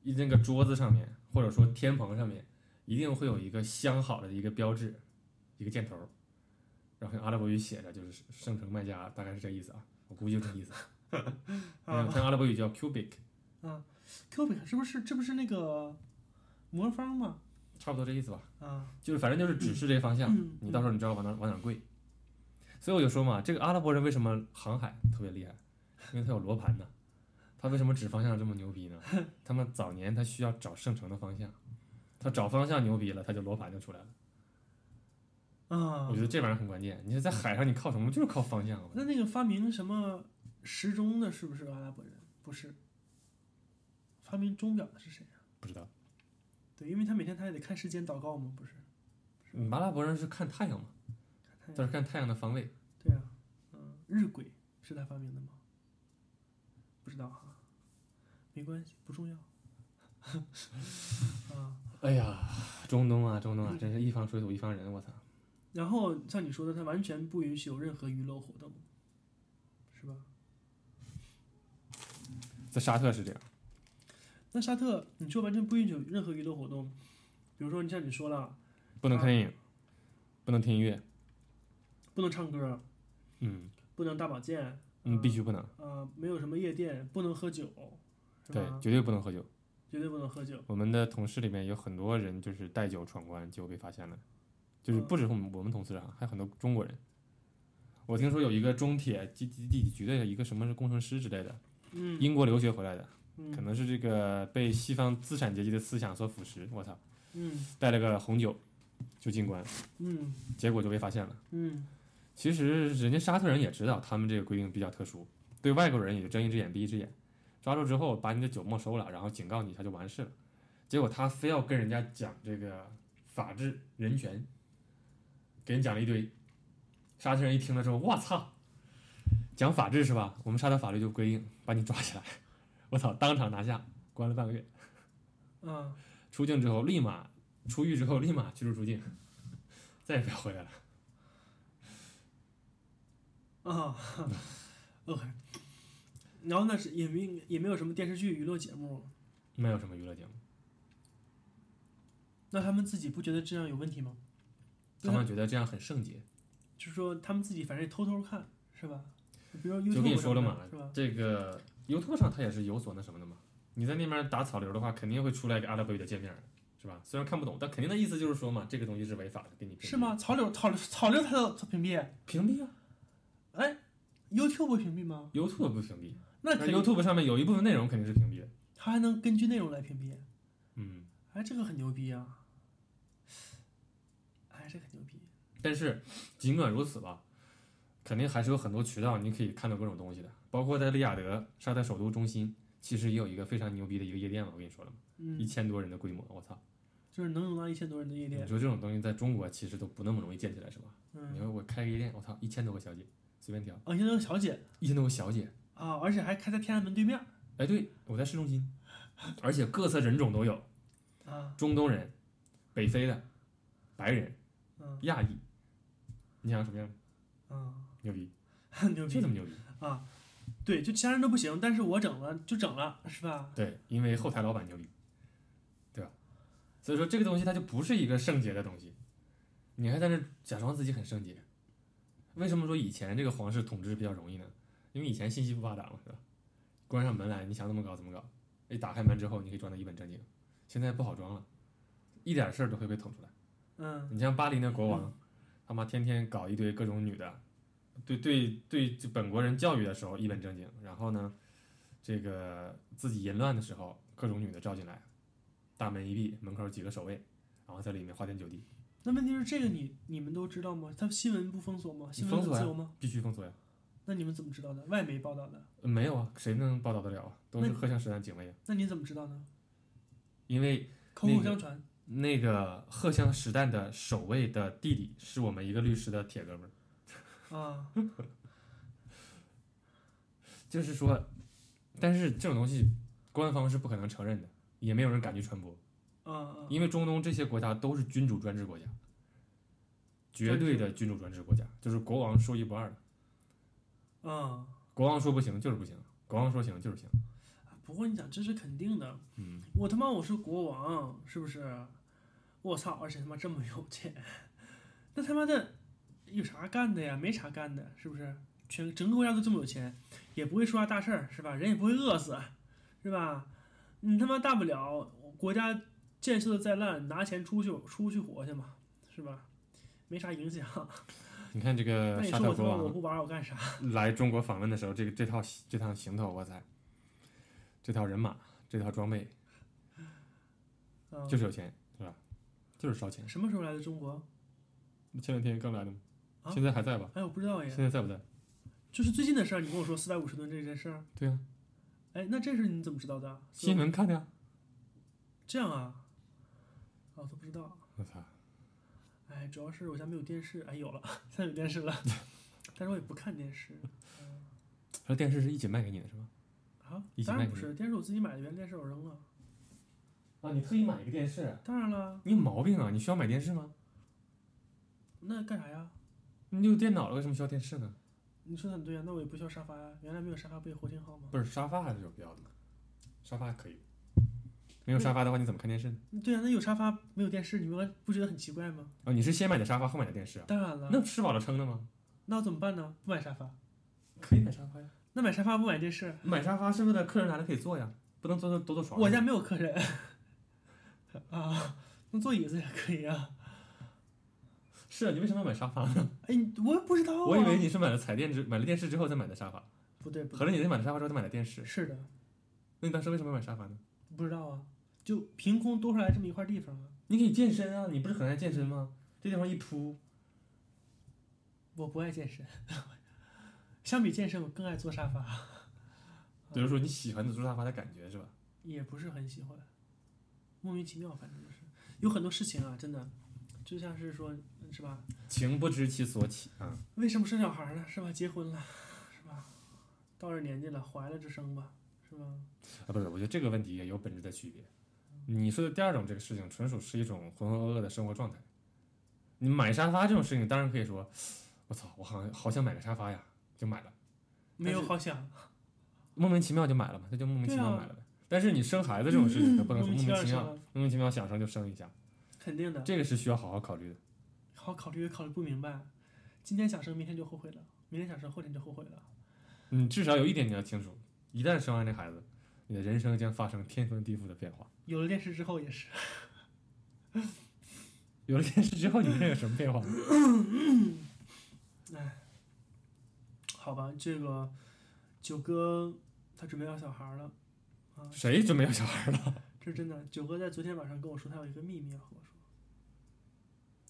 S2: 一那个桌子上面，或者说天棚上面，一定会有一个镶好的一个标志，一个箭头，然后用阿拉伯语写着，就是圣城卖家，大概是这意思啊。我估计就这意思。
S1: 啊
S2: 嗯，它用阿拉伯语叫 cubic，
S1: 嗯 Q 饼是不是这不是那个魔方吗？
S2: 差不多这意思吧。
S1: 啊，
S2: 就是反正就是指示这些方向，
S1: 嗯
S2: 你到时候你知道往哪往哪跪。所以我就说嘛，这个阿拉伯人为什么航海特别厉害？因为他有罗盘呢。他为什么指方向这么牛逼呢？他们早年他需要找圣城的方向，他找方向牛逼了，他就罗盘就出来了。
S1: 啊
S2: 我觉，得这玩意儿很关键。你说在海上你靠什么？就是靠方向。
S1: 那那个发明什么时钟的，是不是阿拉伯人？不是，发明钟表的是谁啊？
S2: 不知道，
S1: 对，因为他每天他也得看时间祷告嘛，不是？
S2: 嗯阿拉伯人是看太阳嘛，
S1: 看太阳
S2: 他是看太阳的方位。
S1: 对啊，嗯，日晷是他发明的吗？不知道哈、没关系，不重要。 啊，
S2: 哎呀，中东啊，中东
S1: 嗯
S2: 啊，真是一方水土一方人，我操！
S1: 然后像你说的，他完全不允许有任何娱乐活动，是吧？
S2: 在沙特是这样，
S1: 那沙特，你说完全不允许有任何娱乐活动，比如说你像你说了，
S2: 不
S1: 嗯
S2: 能看电影，不能听音乐，
S1: 不能唱歌，
S2: 嗯
S1: 不能打保健，
S2: 嗯，必须不能。
S1: 呃，没有什么夜店，不能喝酒，是
S2: 对，
S1: 吧？
S2: 绝对不能喝酒。
S1: 绝对不能喝酒。
S2: 我们的同事里面有很多人就是带酒闯关，结果被发现了，就是不止我们我们同事啊，还有很多中国人。我听说有一个中铁地地地局的一个什么是工程师之类的，
S1: 嗯
S2: 英国留学回来的，可
S1: 嗯
S2: 能是这个被西方资产阶级的思想所腐蚀，我操，
S1: 嗯
S2: 带了个红酒就进关，
S1: 嗯
S2: 结果就被发现了。
S1: 嗯
S2: 其实人家沙特人也知道他们这个规定比较特殊，对外国人也就睁一只眼闭一只眼，抓住之后把你的酒没收了，然后警告你一下就完事了。结果他非要跟人家讲这个法治人权，给人讲了一堆。沙特人一听了之后，我操，讲法治是吧？我们沙特法律就规定把你抓起来，我操，当场拿下，关了半个月。
S1: 啊，
S2: 出境之后立马出狱之后立马驱逐出境， 再也不要回来了。
S1: 啊，OK。然后那是也没也没有什么电视剧娱乐节目，
S2: 没有什么娱乐节目，
S1: 那他们自己不觉得这样有问题吗？
S2: 他们觉得这样很圣洁。
S1: 就是说他们自己反正也偷偷看，是吧？比如 YouTube
S2: 就跟你说了
S1: 上
S2: 嘛
S1: 面是吧？
S2: 这个 YouTube 上它也是有所那什么的嘛。你在那边打草流的话，肯定会出来一个阿拉伯语的界面儿，是吧？虽然看不懂，但肯定的意思就是说嘛，这个东西是违法的，给你屏蔽
S1: 是？吗？草柳草柳草柳他他屏蔽哎
S2: 屏蔽啊
S1: ，YouTube 不屏蔽吗？
S2: ，YouTube 不屏蔽，
S1: 那
S2: 但
S1: 肯定
S2: YouTube 上面有一部分内容肯定是屏蔽的。
S1: 他还能根据内容来屏蔽，
S2: 嗯，
S1: 哎，这个很牛逼啊！哎，这个很牛逼。
S2: 但是尽管如此吧，肯定还是有很多渠道你可以看到各种东西的，包括在利雅得，沙特首都中心，其实也有一个非常牛逼的一个夜店嘛，我跟你说了嘛，
S1: 嗯
S2: 一，千多人的规模，我操！
S1: 就是能容纳一千多人的夜
S2: 你
S1: 店。
S2: 说这种东西在中国其实都不那么容易建起来，是吧？你
S1: 嗯，
S2: 说我开个夜店，我操，一千多个小姐，随便挑，
S1: 啊，现在有小姐
S2: 一千多个小姐，
S1: 啊，而且还开在天安门对面
S2: 哎，对我在市中心，而且各色人种都有，
S1: 啊，
S2: 中东人、北非的、白人、
S1: 嗯
S2: 亚裔，你想要什么样的？
S1: 嗯，
S2: 牛逼，
S1: 很牛
S2: 就
S1: 逼
S2: 这么牛逼。
S1: 啊！对，就其他人都不行，但是我整了就整了，是吧？
S2: 对，因为后台老板牛逼，对吧？所以说这个东西它就不是一个圣洁的东西，你还在那假装自己很圣洁。为什么说以前这个皇室统治比较容易呢？因为以前信息不发达嘛，是吧？关上门来，你想怎么搞怎么搞。一打开门之后，你可以装的一本正经。现在不好装了，一点事儿都会被捅出来。
S1: 嗯
S2: 你像巴黎那国王，他妈天天搞一堆各种女的，对对对，就本国人教育的时候一本正经，然后呢，这个自己淫乱的时候，各种女的招进来，大门一闭，门口几个守卫，然后在里面花天酒地，
S1: 那问题是这个你你们都知道吗？他新闻不封锁吗？新闻很
S2: 封锁呀
S1: 自由吗？
S2: 必须封锁呀、
S1: 那你们怎么知道的？外媒报道的，
S2: 呃没有啊，谁能报道得了啊？都是
S1: 那
S2: 荷枪实弹警卫啊，
S1: 那你怎么知道呢？
S2: 因为
S1: 口
S2: 那
S1: 口
S2: 个
S1: 相传
S2: 那个荷枪实弹的守卫的弟弟是我们一个律师的铁哥们儿，
S1: 啊，
S2: 就是说，但是这种东西官方是不可能承认的，也没有人敢去传播。
S1: 啊啊
S2: 因为中东这些国家都是君主专制国家，绝对的君主专制国家，就是国王说一不二的。
S1: 啊！
S2: 国王说不行就是不行，国王说行就是行。
S1: 不过你讲这是肯定的，
S2: 嗯，
S1: 我他妈我是国王，是不是？我操！而且他妈这么有钱， 那他妈的有啥干的呀？没啥干的，是不是？全整个国家都这么有钱，也不会出啥大事儿，是吧？人也不会饿死，是吧？你他妈大不了国家建设的再烂，拿钱出去出去活去嘛，是吧？没啥影响。
S2: 你看这
S1: 那
S2: 个
S1: 你
S2: 呃沙
S1: 说
S2: 特
S1: 我他妈
S2: 国
S1: 我
S2: 王啊
S1: 不玩儿我干啥？
S2: 来中国访问的时候，这个这套这趟行头，我操，这套人马，这套装备，
S1: 啊、
S2: 就是有钱，是吧？就是烧钱。
S1: 嗯什么时候来的中国？
S2: 前两天刚来的吗？
S1: 啊
S2: 现在还在吧？
S1: 哎，我不知道耶
S2: 现，在在不在？
S1: 就是最近的事儿。你跟我说四百五十吨这件事儿，
S2: 对啊，
S1: 哎，那这事儿你怎么知道的啊？
S2: 新闻看的呀。
S1: 这样啊？啊，我都不知道。
S2: 我操，
S1: 哎，主要是我家没有电视，哎，有了，现在有电视 了，但是我也不看电视。嗯
S2: 他说电视是一起卖给你的是吗？
S1: 啊
S2: 一，起
S1: 当然
S2: 卖
S1: 不
S2: 给
S1: 是，电视我自己买的，原来电视我扔了。
S2: 啊，你特意买一个电视？啊
S1: 当然了，
S2: 你有毛病啊！你需要买电视吗？
S1: 那干啥呀？
S2: 你有电脑了，为什么需要电视呢？
S1: 你说的很对啊，那我也不需要沙发呀、原来没有沙发不也活挺好吗？
S2: 不是沙发还是有必要的，沙发可以。没有沙发的话，你怎么看电视呢？
S1: 对啊，那有沙发没有电视，你们不觉得很奇怪吗？
S2: 啊，你是先买的沙发，后买的电视啊？
S1: 当然了，
S2: 那吃饱了撑的吗？
S1: 那我怎么办呢？不买沙发，
S2: 可以买沙发呀，
S1: 那买沙发不买电视，
S2: 买沙发是为了客人来了可以坐呀，不能坐坐坐坐床上。
S1: 我家没有客人 啊，那坐椅子也可以啊。
S2: 是啊你为什么要买沙发 呢？
S1: 哎，你我也不知道啊，
S2: 我以为你是买了彩电之买了电视之后再买的沙发，
S1: 不对不
S2: 合
S1: 对，
S2: 着你是买了沙发之后再买的电视，
S1: 是的，
S2: 那你当时为什么要买沙发呢？
S1: 不知道啊，就凭空多出来这么一块地方啊，
S2: 你可以健身啊，你不是很爱健身吗？这地方一铺，
S1: 我不爱健身， 相比健身我更爱坐沙发，
S2: 就是说你喜欢的坐沙发的感觉是吧？
S1: 也不是很喜欢，莫名其妙，反正就是有很多事情啊，真的，就像是说是吧，
S2: 情不知其所起啊，
S1: 为什么生小孩呢？是吧？结婚了，是吧？到这年纪了，怀了就生吧，是吧？
S2: 啊不是，我觉得这个问题也有本质的区别。你说的第二种这个事情，纯属是一种浑浑噩噩的生活状态。你买沙发这种事情，当然可以说，我操，我好像好想买个沙发呀，就买了，
S1: 没有
S2: 但是
S1: 好想，
S2: 莫名其妙就买了嘛，那就莫名其妙
S1: 对啊
S2: 买了呗。但是你生孩子这种事 情，可不能
S1: 莫名
S2: 说莫
S1: 其
S2: 名
S1: 妙
S2: 其
S1: 生
S2: 妙，
S1: 了，
S2: 莫名其妙想生就生一下，
S1: 肯定的。
S2: 这个是需要好好考虑的。
S1: 好考虑也考虑不明白，今天想生，明天就后悔了；明天想生，后天就后悔了。
S2: 你至少有一点你要清楚，一旦生完这孩子，你的人生将发生天翻地覆的变化。
S1: 有了电视之后也是，
S2: 有了电视之后，你会有什么变化？
S1: 好吧，这个九哥他准备要小孩了啊，
S2: 谁准备要小孩了？
S1: 这是真的。九哥在昨天晚上跟我说，他有一个秘密要和我说。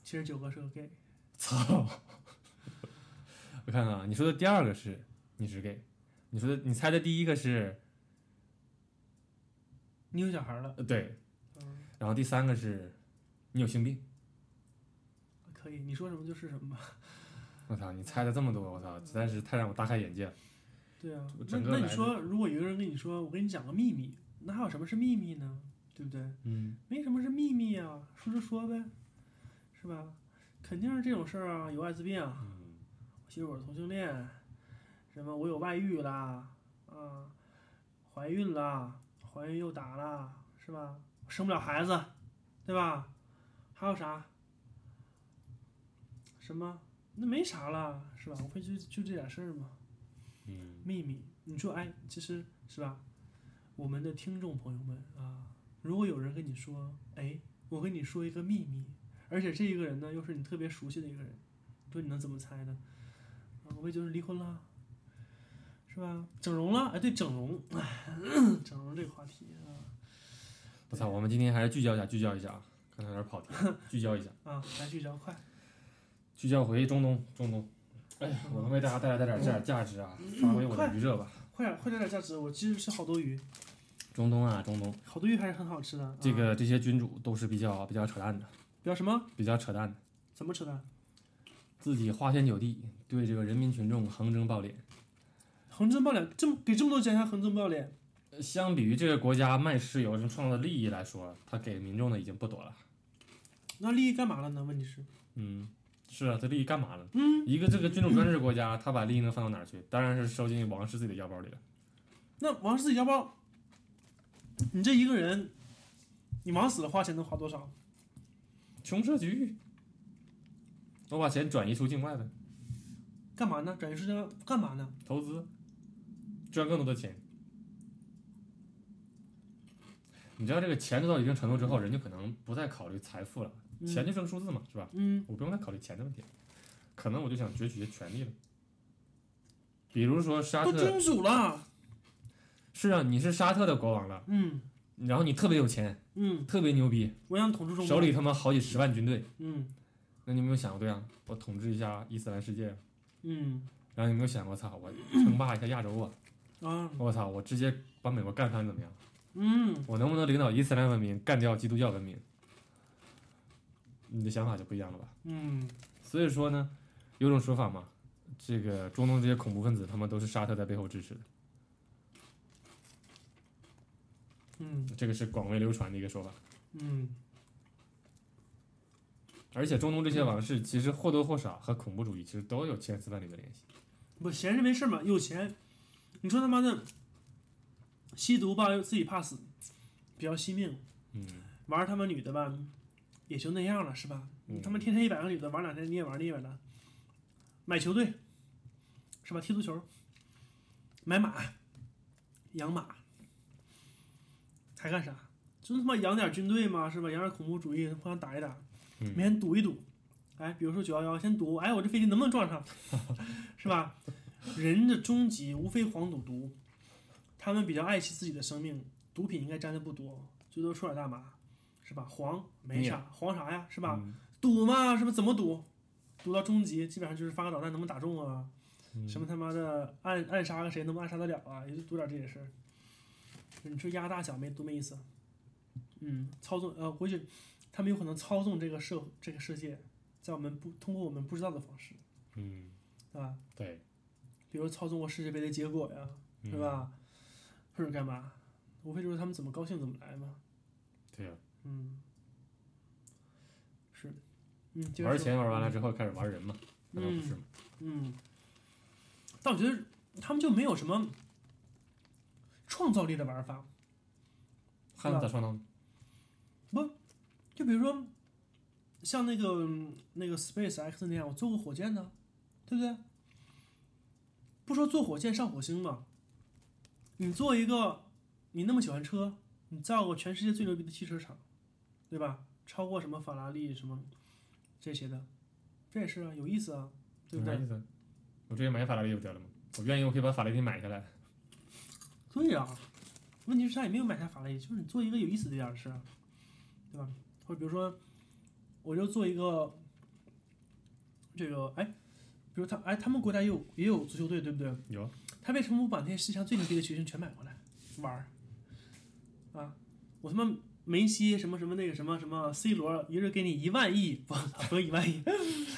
S1: 其实九哥是个 gay，
S2: 操！ 我看看啊，你说的第二个是你是 gay，你说的你猜的第一个是
S1: 你有小孩了，
S2: 呃对，
S1: 嗯，
S2: 然后第三个是你有性病。
S1: 可以，你说什么就是什么吧。
S2: 我操，你猜的这么多，我操，实在是太让我大开眼界了。
S1: 对啊
S2: 我，
S1: 那
S2: 整个
S1: 那你
S2: 来自
S1: 说，如果有一个人跟你说，我跟你讲个秘密，那还有什么是秘密呢？对不对？
S2: 嗯，
S1: 没什么是秘密啊，说就说呗，是吧？肯定是这种事儿啊，有艾滋病啊，我媳妇儿是同性恋，什么我有外遇啦，啊，怀孕啦，怀孕又打啦，是吧？生不了孩子，对吧？还有啥？什么？那没啥了，是吧？无非就就这点事儿嘛。
S2: 嗯，
S1: 秘密，你说哎，其实是吧？我们的听众朋友们啊，如果有人跟你说，哎，我跟你说一个秘密，而且这一个人呢又是你特别熟悉的一个人，你说你能怎么猜呢？啊，无非就是离婚啦，是吧？整容了，哎，对，整容，哎，整容这个话题啊
S2: 我操，我们今天还是聚焦一下，聚焦一下啊，刚才有点跑题， 聚焦一下，
S1: 啊，来聚焦，快，
S2: 聚焦回中东，中东。哎呀，我能为大家带来点这点价值啊，发挥我的余热吧。
S1: 快点，快点点价值，我今日吃好多鱼，
S2: 中东啊，中东，
S1: 好多鱼还是很好吃的。啊
S2: 这个这些君主都是比较比较扯淡的，
S1: 不要什么？
S2: 比较扯淡的，
S1: 怎么扯淡？
S2: 自己花天酒地，对这个人民群众横征暴敛。
S1: 横征暴敛，这么给这么多钱还横征暴敛？
S2: 呃相比于这个国家卖石油能创造的利益来说，他给民众的已经不多了。
S1: 那利益干嘛了呢？问题是，
S2: 嗯，是啊，这利益干嘛呢？嗯，一个这个君主专制国家，他把利益能放到哪儿去？当然是收进王室自己的腰包里了。
S1: 那王自己腰包，你这一个人，你忙死了花钱能花多少？
S2: 穷奢极欲，我把钱转移出境外呗，
S1: 干嘛呢？转移出去干嘛呢？
S2: 投资，赚更多的钱。你知道这个钱挣到一定程度之后，人就可能不再考虑财富了，
S1: 嗯
S2: 钱就是个数字嘛，是吧？
S1: 嗯
S2: 我不用再考虑钱的问题了，可能我就想攫取一些权利了。比如说沙
S1: 都
S2: 特，
S1: 君主了，
S2: 是啊，你是沙特的国王了，
S1: 嗯
S2: 然后你特别有钱，
S1: 嗯，
S2: 特别牛逼，
S1: 我想统治中国，
S2: 手里他妈好几十万军队，
S1: 嗯
S2: 那你有没有想过，对啊，我统治一下伊斯兰世界啊？
S1: 嗯
S2: 然后你有没有想过，操，我称霸一下亚洲啊？
S1: 啊
S2: 我操，我直接把美国干翻怎么样？
S1: 嗯，
S2: 我能不能领导伊斯兰文明干掉基督教文明？你的想法就不一样了吧？
S1: 嗯
S2: 所以说呢，有种说法嘛，这个中东这些恐怖分子他们都是沙特在背后支持的，
S1: 嗯
S2: 这个是广为流传的一个说法。
S1: 嗯
S2: 而且中东这些往事其实或多或少和恐怖主义其实都有千丝万缕的联系。
S1: 不闲着没事嘛，有钱，你说他妈的吸毒吧，又自己怕死，比较惜命，
S2: 嗯，
S1: 玩他妈女的吧，也就那样了，是吧？你他妈
S2: 嗯
S1: 天天一百个女的玩两天，你也玩腻歪了。买球队，是吧？踢足球，买马，养马，还干啥？就他妈养点军队嘛，是吧？养点恐怖主义，互相打一打，
S2: 嗯
S1: 每天赌一赌。哎，比如说九幺幺，先赌，哎，我这飞机能不能撞 上，是吧？人的终极无非黄赌毒，他们比较爱惜自己的生命，毒品应该沾的不多，最多说点大麻，是吧？黄没
S2: 你也
S1: 啥，黄啥呀，是吧？
S2: 嗯？
S1: 赌嘛，是不是怎么赌？赌到终极，基本上就是发个导弹能不能打中啊，
S2: 嗯
S1: 什么他妈的暗暗杀个谁能不能暗杀得了啊，也就赌点这些事儿。你说压大小没多没意思。嗯，操纵呃，回去他们有可能操纵这个社这个世界，在我们不通过我们不知道的方式，
S2: 嗯，
S1: 对吧？
S2: 对，
S1: 比如操纵过世界杯的结果呀，
S2: 嗯
S1: 是？吧？或者干嘛？无非就是他们怎么高兴怎么来嘛。
S2: 对呀、啊
S1: 嗯，是，嗯，接着
S2: 玩
S1: 说
S2: 钱玩完了之后开始玩人嘛，难道不是
S1: 嗯
S2: 吗？
S1: 嗯，但我觉得他们就没有什么创造力的玩法。
S2: 汉子咋说呢？
S1: 就比如说，像那个嗯那个 Space X 那样，我做过火箭呢，对不对？不说坐火箭上火星吧，你做一个，你那么喜欢车，你造个全世界最牛逼的汽车厂，对吧？超过什么法拉利什么这些的，这也是啊，有意思啊，对
S2: 有
S1: 不
S2: 啥
S1: 对？
S2: 意思？我直接买法拉利不得了吗？我愿意，我可以把法拉利买下来。
S1: 对呀、问题是他也没有买下法拉利，就是你做一个有意思的点儿的事儿，对吧？或者比如说，我就做一个这个，哎，比如他，哎，他们国家也有也有足球队，对不对？
S2: 有，
S1: 他为什么不把那些世界上最牛逼的球星全买过来玩儿？啊，我他妈梅西什么什么那个什么什么 C 罗，一人给你一万亿，不，不是一万亿，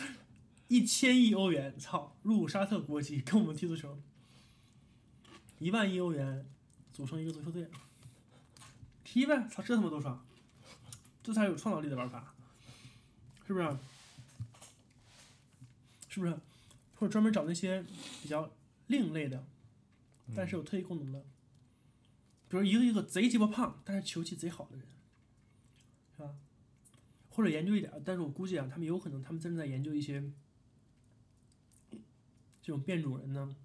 S1: 一千亿欧元，操，入沙特国籍跟我们踢足球，一万亿欧元组成一个足球队，踢呗，操，这他妈多爽，这才有创造力的玩法，是不是？是不是？或者专门找那些比较另类的，但是有特异功能的，比如一个一个贼鸡巴胖，但是球技贼好的人，是吧？或者研究一点，但是我估计啊，他们有可能他们真的在研究一些这种变种人呢，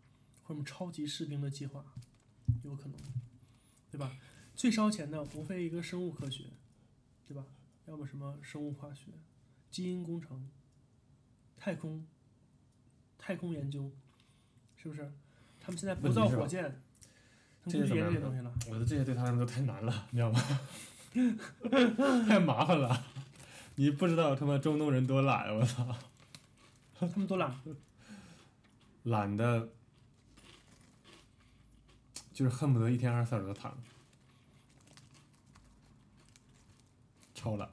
S1: 或者什么超级士兵的计划，有可能，对吧？最烧钱的无非一个生物科学，对吧？要么什么生物化学、基因工程、太空、太空研究，是不是？他们现在不
S2: 问题
S1: 造
S2: 是吧
S1: 火箭，他
S2: 这
S1: 们不
S2: 个怎
S1: 去
S2: 么
S1: 研究这
S2: 样
S1: 些东西了。
S2: 我的这些对他们都太难了， 你知道吗？ 太麻烦了，你不知道他妈中东人多懒，我操，
S1: 他们多懒，
S2: 懒的，就是恨不得一天二十四小时都躺着，超懒，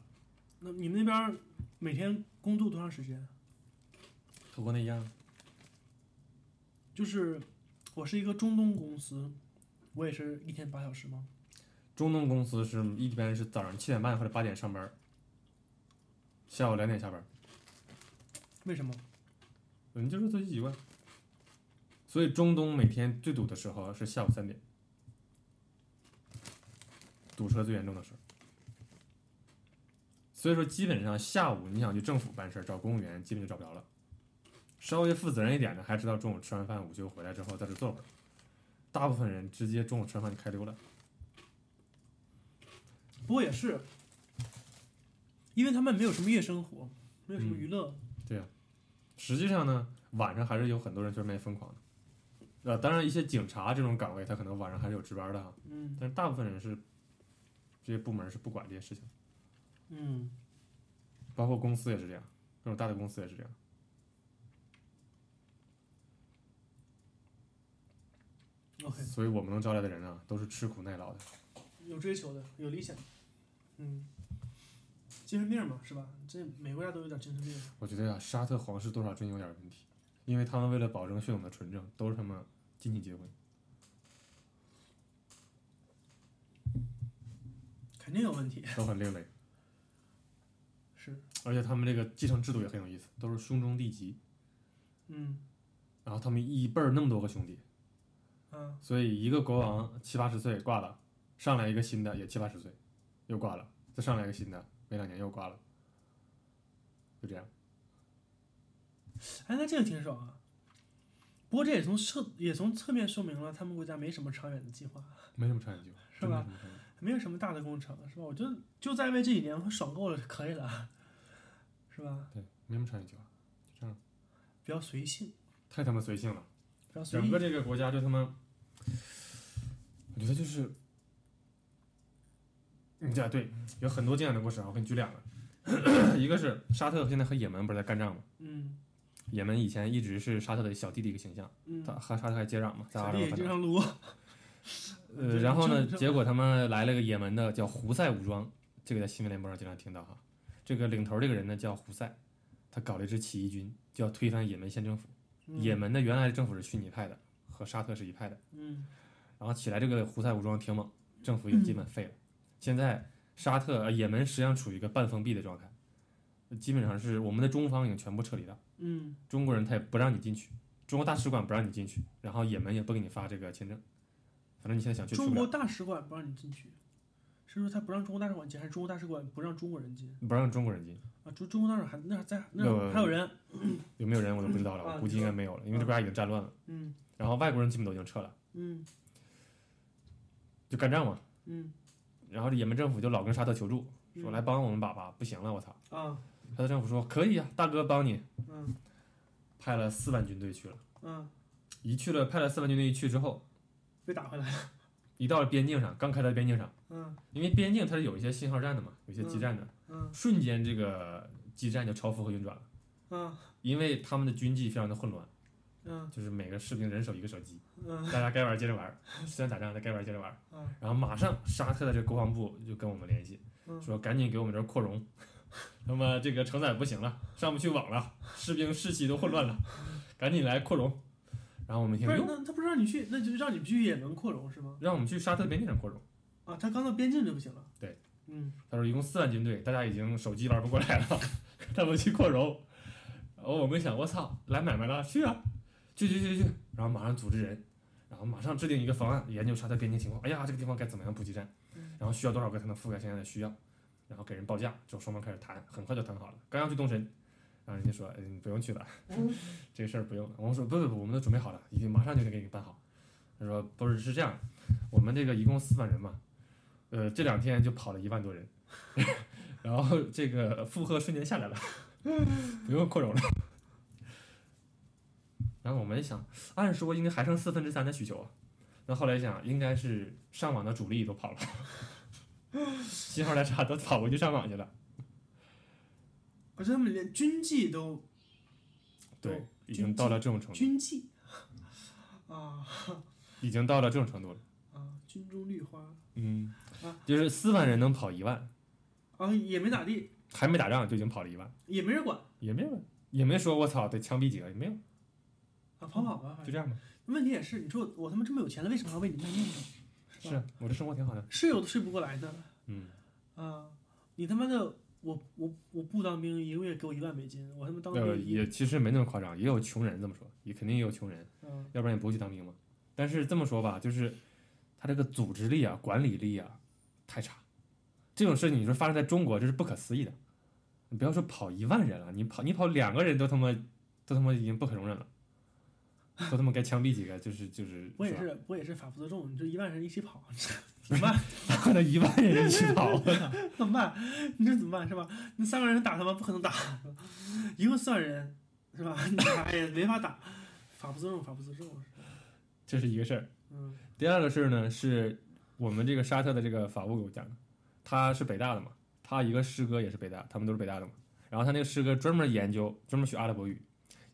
S1: 那你们那边儿每天工作多长时间？
S2: 和国内一样。
S1: 就是我是一个中东公司，我也是一天八小时吗？
S2: 中东公司是一般是早上七点半或者八点上班，下午两点下班。
S1: 为什么？
S2: 嗯，就是作息习惯。所以中东每天最堵的时候是下午三点，堵车最严重的时候。所以说，基本上下午你想去政府办事儿、找公务员，基本就找不着了。稍微负责任一点的，还知道中午吃完饭、午休回来之后在这坐会儿。大部分人直接中午吃完饭就开溜了。
S1: 不过也是，因为他们没有什么夜生活，没有什么娱乐，
S2: 实际上呢，晚上还是有很多人去卖疯狂的。呃，当然一些警察这种岗位，他可能晚上还是有值班的哈，
S1: 嗯
S2: 但是大部分人是这些部门是不管这些事情，
S1: 嗯，
S2: 包括公司也是这样，各种大的公司也是这样。
S1: OK，
S2: 所以我们能招来的人啊，都是吃苦耐劳的。
S1: 有追求的，有理想，嗯，精神病嘛是吧？这每国家都有点精神病，
S2: 我觉得呀、沙特皇室多少真有点问题，因为他们为了保证血统的纯正，都是他们近亲结婚。
S1: 肯定有问题。
S2: 都很另类，
S1: 是，
S2: 而且他们这个继承制度也很有意思，都是兄终弟及，
S1: 嗯
S2: 然后他们一辈儿那么多个兄弟，
S1: 啊，
S2: 所以一个国王七八十岁挂了，上来一个新的也七八十岁，又挂了，再上来一个新的，没两年又挂了，就这样。
S1: 哎，那这个挺爽啊。不过这也从侧也从侧面说明了他们国家没什么长远的计划，
S2: 没什么长远计划，
S1: 是
S2: 真没
S1: 吧
S2: 什么长远计划
S1: 没有什么大的工程，是吧？我就就在为这几年我爽够了就可以了，是吧？
S2: 对，没什么长远计划，就这样，
S1: 比较随性，
S2: 太他妈随性了。
S1: 比较随
S2: 整
S1: 意
S2: 个。这个国家就他妈，我觉得就是，你这对，有很多这样的故事啊，我给你举两个， 一个是沙特现在和也门不是在干仗吗？
S1: 嗯
S2: 也门以前一直是沙特的小弟的一个形象，
S1: 嗯
S2: 他，和沙特还接壤嘛，在阿
S1: 小
S2: 拉
S1: 弟也
S2: 伯半
S1: 经
S2: 岛。
S1: 常撸，
S2: 呃，然后呢，结果他们来了个也门的叫胡塞武装，这个在新闻联播上经常听到哈。这个领头这个人呢叫胡塞，他搞了一支起义军，就要推翻也门县政府。
S1: 嗯
S2: 也门的原来的政府是逊尼派的，和沙特是一派的。
S1: 嗯
S2: 然后起来这个胡塞武装挺猛，政府也基本废了。现在沙特、呃也门实际上处于一个半封闭的状态，基本上是我们的中方已经全部撤离了，
S1: 嗯
S2: 中国人他也不让你进去，中国大使馆不让你进去，然后也门也不给你发这个签证，反正你现在想去去
S1: 中
S2: 不
S1: 国
S2: 了，
S1: 大使馆不让你进去，是说他不让中国大使馆进，还是中国大使馆不让中国人进？
S2: 不让中国人进。
S1: 啊，中中国大使馆还那在那
S2: 那我
S1: 还有人，
S2: 有没有人我都不知道了，
S1: 啊
S2: 我估计应该没有了，因为这国家已经战乱了。
S1: 嗯
S2: 然后外国人基本都已经撤了，
S1: 嗯
S2: 就干仗嘛。
S1: 嗯
S2: 然后这也门政府就老跟沙特求助，
S1: 嗯
S2: 说来帮我们把吧，不行了，我操！
S1: 啊
S2: 沙特政府说可以啊，大哥帮你，
S1: 嗯
S2: 派了四万军队去了。
S1: 嗯，
S2: 一去了，派了四万军队一去之后，
S1: 被打回来了，
S2: 一到了边境上，刚开到边境上，
S1: 嗯
S2: 因为边境它是有一些信号站的嘛，有一些基站的，
S1: 嗯
S2: 瞬间这个基站就超负荷运转了，
S1: 嗯
S2: 因为他们的军纪非常的混乱，
S1: 嗯
S2: 就是每个士兵人手一个手机，
S1: 嗯
S2: 大家该玩接着玩，虽然打仗，但该玩接着玩。
S1: 嗯
S2: 然后马上沙特的这个国防部就跟我们联系，
S1: 嗯
S2: 说赶紧给我们这儿扩容，那么这个承载不行了，上不去网了，士兵士气都混乱了，赶紧来扩容。然后我们一
S1: 嗯
S2: 听
S1: 不是
S2: 哟，
S1: 那他不是让你去，那就让你去也门扩容是吗？
S2: 让我们去沙特边境上扩容。
S1: 啊，他刚到边境就不行了。
S2: 对，
S1: 嗯
S2: 他说一共四万军队，大家已经手机玩不过来了，他们去扩容。然后我们想，我操，来买卖了，去啊，去去去去，然后马上组织人，然后马上制定一个方案，研究沙特边境情况。哎呀，这个地方该怎么样补给站
S1: 嗯，
S2: 然后需要多少个才能覆盖现在的需要，然后给人报价，之后双方开始谈，很快就谈好了。刚要去动身，然后人家说，嗯、你不用去了， 这个事儿不用了。我们说不不不，我们都准备好了，已经马上就得给你办好。他说不是是这样，我们这个一共四万人嘛，呃，这两天就跑了一万多人，然后这个负荷瞬间下来了， 不用扩容了。然后我们一想，按说应该还剩四分之三的需求啊，那后来一想，应该是上网的主力都跑了， 信号太差都跑回去上网去了。
S1: 而且他们连军纪都
S2: 对
S1: 哦，
S2: 已经到了这种程度，
S1: 军纪啊
S2: 已经到了这种程度了。
S1: 啊，军中绿花
S2: 嗯
S1: 啊，
S2: 就是四万人能跑一万，
S1: 啊，也没咋地，
S2: 还没打仗就已经跑了一万，
S1: 也没人管
S2: 也没有，也没说我操得枪毙几个，也没有，
S1: 啊，跑跑吧，反
S2: 就
S1: 正
S2: 这样吧。
S1: 问题也是，你说我我他妈这么有钱了，为什么还为你卖命呢？
S2: 是啊我这生活挺好的。
S1: 睡我都睡不过来呢。
S2: 嗯，
S1: 啊，你他妈的，我我我不当兵，一个月给我一万美金，我他妈当
S2: 呃，
S1: 兵一，
S2: 也其实没那么夸张，也有穷人这么说，也肯定也有穷人，
S1: 嗯
S2: 要不然也不会去当兵嘛。但是这么说吧，就是他这个组织力啊、管理力啊太差，这种事情你说发生在中国，这是不可思议的。你不要说跑一万人了，你跑你跑两个人都他妈都他妈已经不可容忍了。说他们该枪毙几个，就是就是，
S1: 我也
S2: 吧，
S1: 是，我也是法不责众，这一万人一起跑， 怎么办？
S2: 可能一万人一起跑，
S1: 怎么办？你这怎么办是吧？那三个人打他们不可能打，一共四万人是吧？ 你打也没法打，法不责众，法不责众。
S2: 这是一个事儿。
S1: 嗯
S2: 第二个事儿呢，是我们这个沙特的这个法务给我讲的，他是北大的嘛，他一个师哥也是北大，他们都是北大的嘛。然后他那个师哥专门研究，专门学阿拉伯语，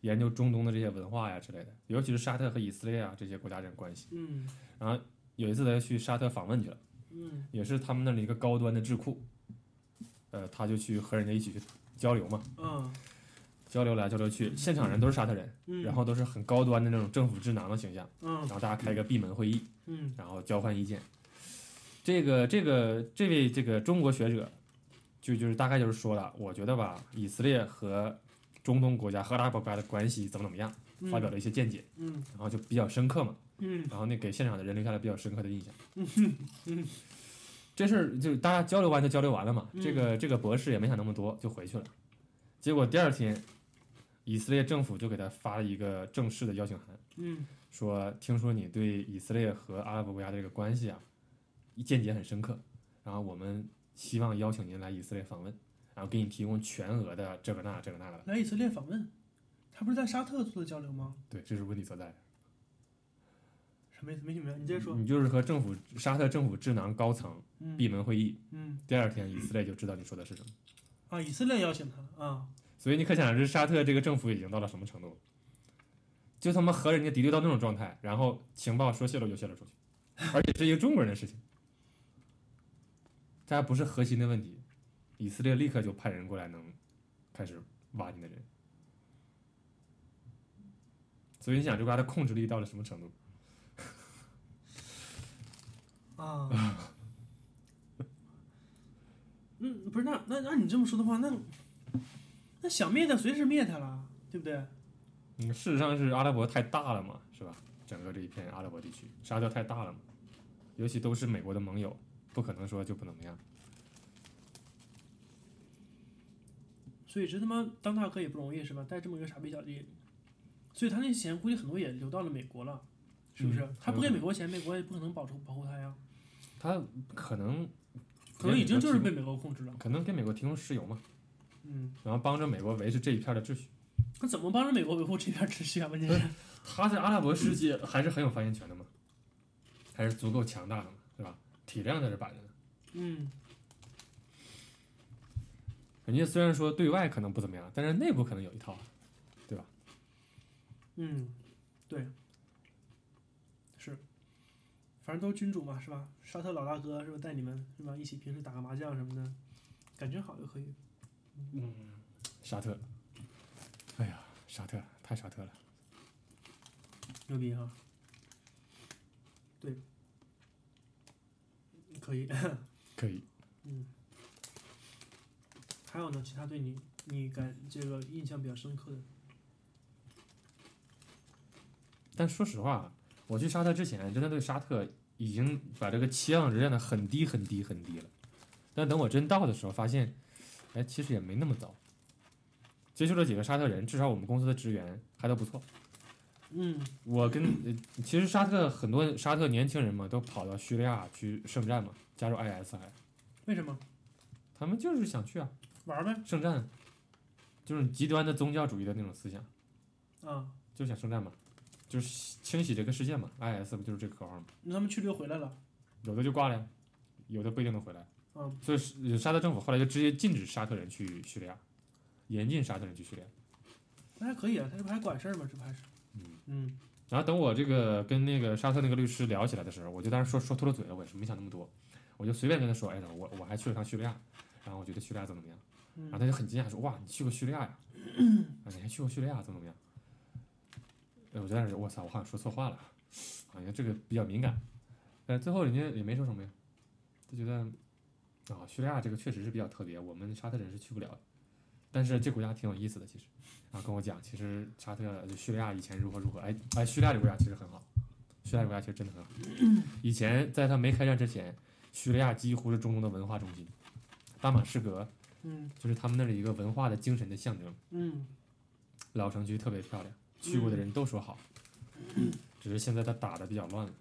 S2: 研究中东的这些文化呀之类的，尤其是沙特和以色列啊这些国家这种关系。
S1: 嗯
S2: 然后有一次他去沙特访问去了，
S1: 嗯
S2: 也是他们那里一个高端的智库，呃，他就去和人家一起去交流嘛，
S1: 嗯
S2: 交流来交流去，现场人都是沙特人，
S1: 嗯，
S2: 然后都是很高端的那种政府智囊的形象，
S1: 嗯
S2: 然后大家开一个闭门会议。
S1: 嗯
S2: 然后交换意见。这个这个这位这个中国学者，就就是大概就是说了，我觉得吧，以色列和中东国家和阿拉伯国家的关系怎么怎么样，
S1: 嗯
S2: 发表了一些见解，
S1: 嗯
S2: 然后就比较深刻嘛，
S1: 嗯
S2: 然后那给现场的人留下了比较深刻的印象。 这事儿就是大家交流完就交流完了嘛，
S1: 嗯
S2: 这个这个博士也没想那么多，就回去了。结果第二天，以色列政府就给他发了一个正式的邀请函，
S1: 嗯
S2: 说听说你对以色列和阿拉伯国家的这个关系啊，见解很深刻，然后我们希望邀请您来以色列访问，然后给你提供全额的这个那这个那个的。
S1: 来以色列访问，他不是在沙特做的交流吗？
S2: 对，这是问题所在。
S1: 什么意思？没听明白，你接着说。
S2: 你就是和政府沙特政府智囊高层
S1: 嗯
S2: 闭门会议，
S1: 嗯
S2: 第二天以色列就知道你说的是什么。
S1: 啊，以色列邀请他啊，
S2: 所以你可想而知，沙特这个政府已经到了什么程度，就他妈和人家敌对到那种状态，然后情报说泄露就泄露出去，而且是一个中国人的事情，这还不是核心的问题。以色列立刻就派人过来，能开始挖你的人。所以你想，这国家的控制力到了什么程度？
S1: 啊。嗯，不是，那那那你这么说的话，那那想灭他随时灭他了，对不对？
S2: 嗯，事实上是阿拉伯太大了嘛，是吧？整个这一片阿拉伯地区，沙特太大了嘛，尤其都是美国的盟友，不可能说就不怎么样。
S1: 所以这他妈当大哥也不容易是吧？带这么一个傻逼小弟，所以他那钱估计很多也流到了美国了，是不是？
S2: 嗯
S1: 他不给美国钱，美国也不可能保住保护他呀，
S2: 他可能
S1: 可能已经就是
S2: 给美
S1: 被美国控制了
S2: 国提供。可能给美国提供石油嘛，
S1: 嗯，
S2: 然后帮着美国维持这一片的秩序。
S1: 那怎么帮着美国维护这片秩序啊？问题是，
S2: 他在阿拉伯世界还是很有发言权的嘛，还是足够强大的嘛，是吧？体量在这摆着呢。
S1: 嗯
S2: 人家虽然说对外可能不怎么样，但是内部可能有一套啊。
S1: 嗯，对，是，反正都是君主嘛，是吧？沙特老大哥是吧？带你们是吧？一起平时打个麻将什么的，感觉好就可以。
S2: 沙特，哎呀，沙特太沙特了。
S1: 牛逼哈！对，可以。
S2: 可以，
S1: 还有呢？其他对你你感这个印象比较深刻的？
S2: 但说实话，我去沙特之前，真的对沙特已经把这个期望值降得很低很低很低了。但等我真到的时候，发现，哎，其实也没那么糟。接触了几个沙特人，至少我们公司的职员还都不错。
S1: 嗯
S2: 我跟、呃其实沙特很多沙特年轻人嘛，都跑到叙利亚去圣战嘛，加入 IS 还，
S1: 为什么
S2: 他们就是想去啊，
S1: 玩儿呗？
S2: 圣战，就是极端的宗教主义的那种思想，
S1: 啊，
S2: 就想圣战嘛，就是清洗这个世界嘛，IS 不就是这个口号吗？
S1: 那他们去了又回来了。
S2: 有的就挂了呀，有的不一定能回来。
S1: 嗯，
S2: 所以是呃沙特政府后来就直接禁止沙特人去叙利亚，严禁沙特人去叙利亚。
S1: 那还可以啊，他这不还管事儿吗？这不还是？
S2: 嗯，
S1: 嗯
S2: 然后等我这个跟那个沙特那个律师聊起来的时候，我就当时说说脱了嘴了，我也是没想那么多，我就随便跟他说，哎，我我还去了趟叙利亚，然后我觉得叙利亚怎么怎么样，然后
S1: 嗯
S2: 他就很惊讶说，哇，你去过叙利亚呀？啊，你还去过叙利亚，怎么怎么样？哎，我就在那儿，我操，我好像说错话了，好像这个比较敏感。但最后人家也没说什么呀，就觉得啊、叙利亚这个确实是比较特别，我们沙特人是去不了的。但是这国家挺有意思的，其实，啊，跟我讲，其实沙特就叙利亚以前如何如何，哎哎，叙利亚这个国家其实很好，叙利亚这个国家其实真的很好。以前在他没开战之前，叙利亚几乎是中东的文化中心，大马士革
S1: 嗯
S2: 就是他们那里一个文化的精神的象征。
S1: 嗯
S2: 老城区特别漂亮，去过的人都说好。只是现在他打的比较乱了。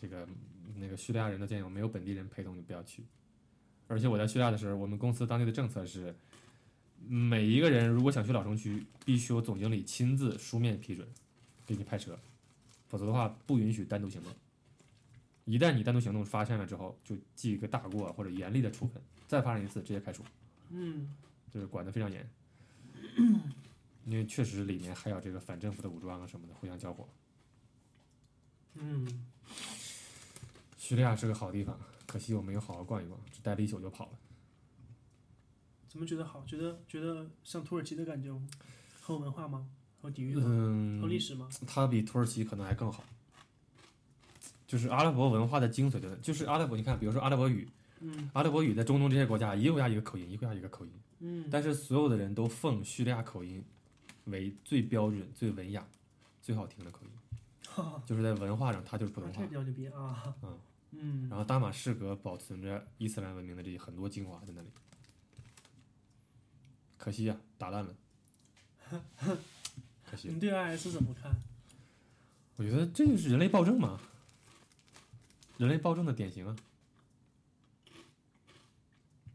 S2: 这个那个叙利亚人的建议，我没有本地人陪同你不要去。而且我在叙利亚的时候，我们公司当地的政策是，每一个人如果想去老城区，必须由总经理亲自书面批准，给你派车，否则的话不允许单独行动。一旦你单独行动发现了之后，就记一个大过或者严厉的处分，再发生一次直接开除。
S1: 嗯，
S2: 就是管得非常严，因为确实里面还有这个反政府的武装啊什么的互相交火。
S1: 嗯，
S2: 叙利亚是个好地方，可惜我没有好好逛一逛，只待了一宿就跑了。
S1: 怎么觉得好？觉得觉得像土耳其的感觉吗？很有文化吗？很有底蕴吗？很有历
S2: 嗯，
S1: 史吗？
S2: 它比土耳其可能还更好，就是阿拉伯文化的精髓的，就是阿拉伯。你看，比如说阿拉伯语，
S1: 嗯
S2: 阿拉伯语在中东这些国家，一个国家一个口音，一个国家一个口音，
S1: 嗯
S2: 但是所有的人都奉叙利亚口音为最标准、最文雅、最好听的口音，
S1: 哈哈，
S2: 就是在文化上它就是普通
S1: 啊
S2: 话
S1: 这。比较牛逼啊！
S2: 嗯
S1: 嗯
S2: 然后大马士革保存着伊斯兰文明的这很多精华在那里，可惜呀、打烂了，可惜啊了。
S1: 你对 IS 怎么看？
S2: 我觉得这就是人类暴政嘛，人类暴政的典型啊。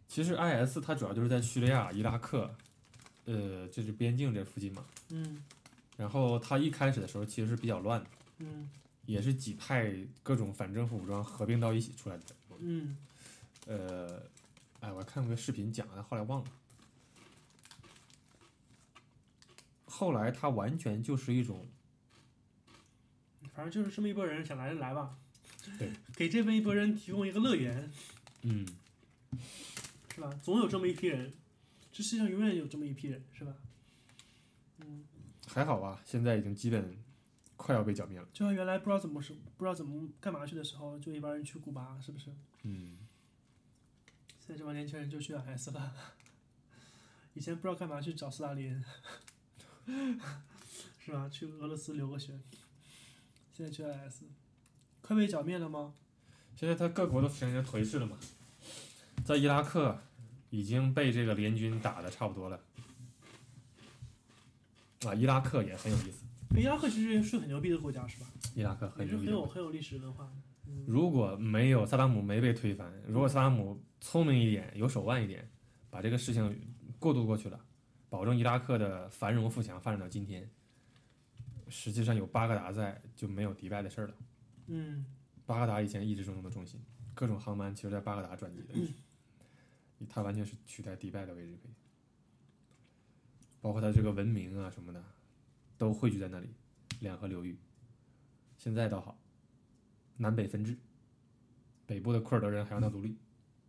S2: 其实 IS 它主要就是在叙利亚、伊拉克，呃，这是边境这附近嘛。
S1: 嗯
S2: 然后它一开始的时候其实是比较乱的，
S1: 嗯
S2: 也是几派各种反政府武装合并到一起出来的。
S1: 嗯
S2: 呃，哎，我还看过个视频讲的，后来忘了。后来他完全就是一种，
S1: 嗯反正就是这么一拨人，想来就来吧。
S2: 对，
S1: 给这么一拨人提供一个乐园，
S2: 嗯，
S1: 是吧？总有这么一批人，这世界上永远有这么一批人，是吧？嗯，
S2: 还好吧，现在已经基本快要被剿灭了。
S1: 就像原来不知道怎么是不知道怎么干嘛去的时候，就一帮人去古巴，是不是？
S2: 嗯，
S1: 现在这帮年轻人就去 IS 了。以前不知道干嘛去找斯大林，是吧？去俄罗斯留个学，现在去 IS，快被剿灭了吗？
S2: 现在他各国都实行颓势了嘛，在伊拉克已经被这个联军打的差不多了。啊，伊拉克也很有意思，
S1: 伊拉克其实是很牛逼的国家，是吧？
S2: 伊拉克很
S1: 也是
S2: 有
S1: 很
S2: 意思
S1: 有。很有历史文化的。嗯
S2: 如果没有萨达姆没被推翻，如果萨达姆聪明一点、有手腕一点，把这个事情过渡过去了，保证伊拉克的繁荣富强发展到今天，实际上有巴格达在就没有迪拜的事儿了。
S1: 嗯
S2: 巴格达以前一直中东的重心，各种航班其实在巴格达转机的，它完全是取代迪拜的位置可以，包括它这个文明啊什么的，都汇聚在那里，两河流域。现在倒好，南北分治，北部的库尔德人还要闹独立，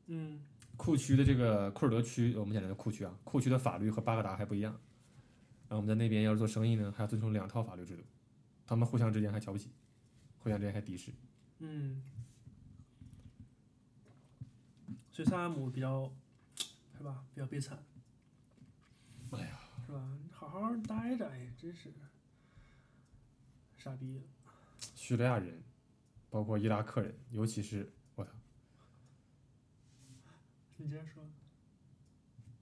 S1: 嗯
S2: 库区的这个库尔德区，我们讲的库区啊，库区的法律和巴格达还不一样。然后我们在那边要是做生意呢，还要遵从两套法律制度，他们互相之间还瞧不起，互相之间还敌视。
S1: 嗯，所以萨达姆比较是吧？比较悲惨。
S2: 哎
S1: 呀，是吧？好好待着，哎，真是傻逼了。
S2: 叙利亚人，包括伊拉克人，尤其是我操，
S1: 你接着说。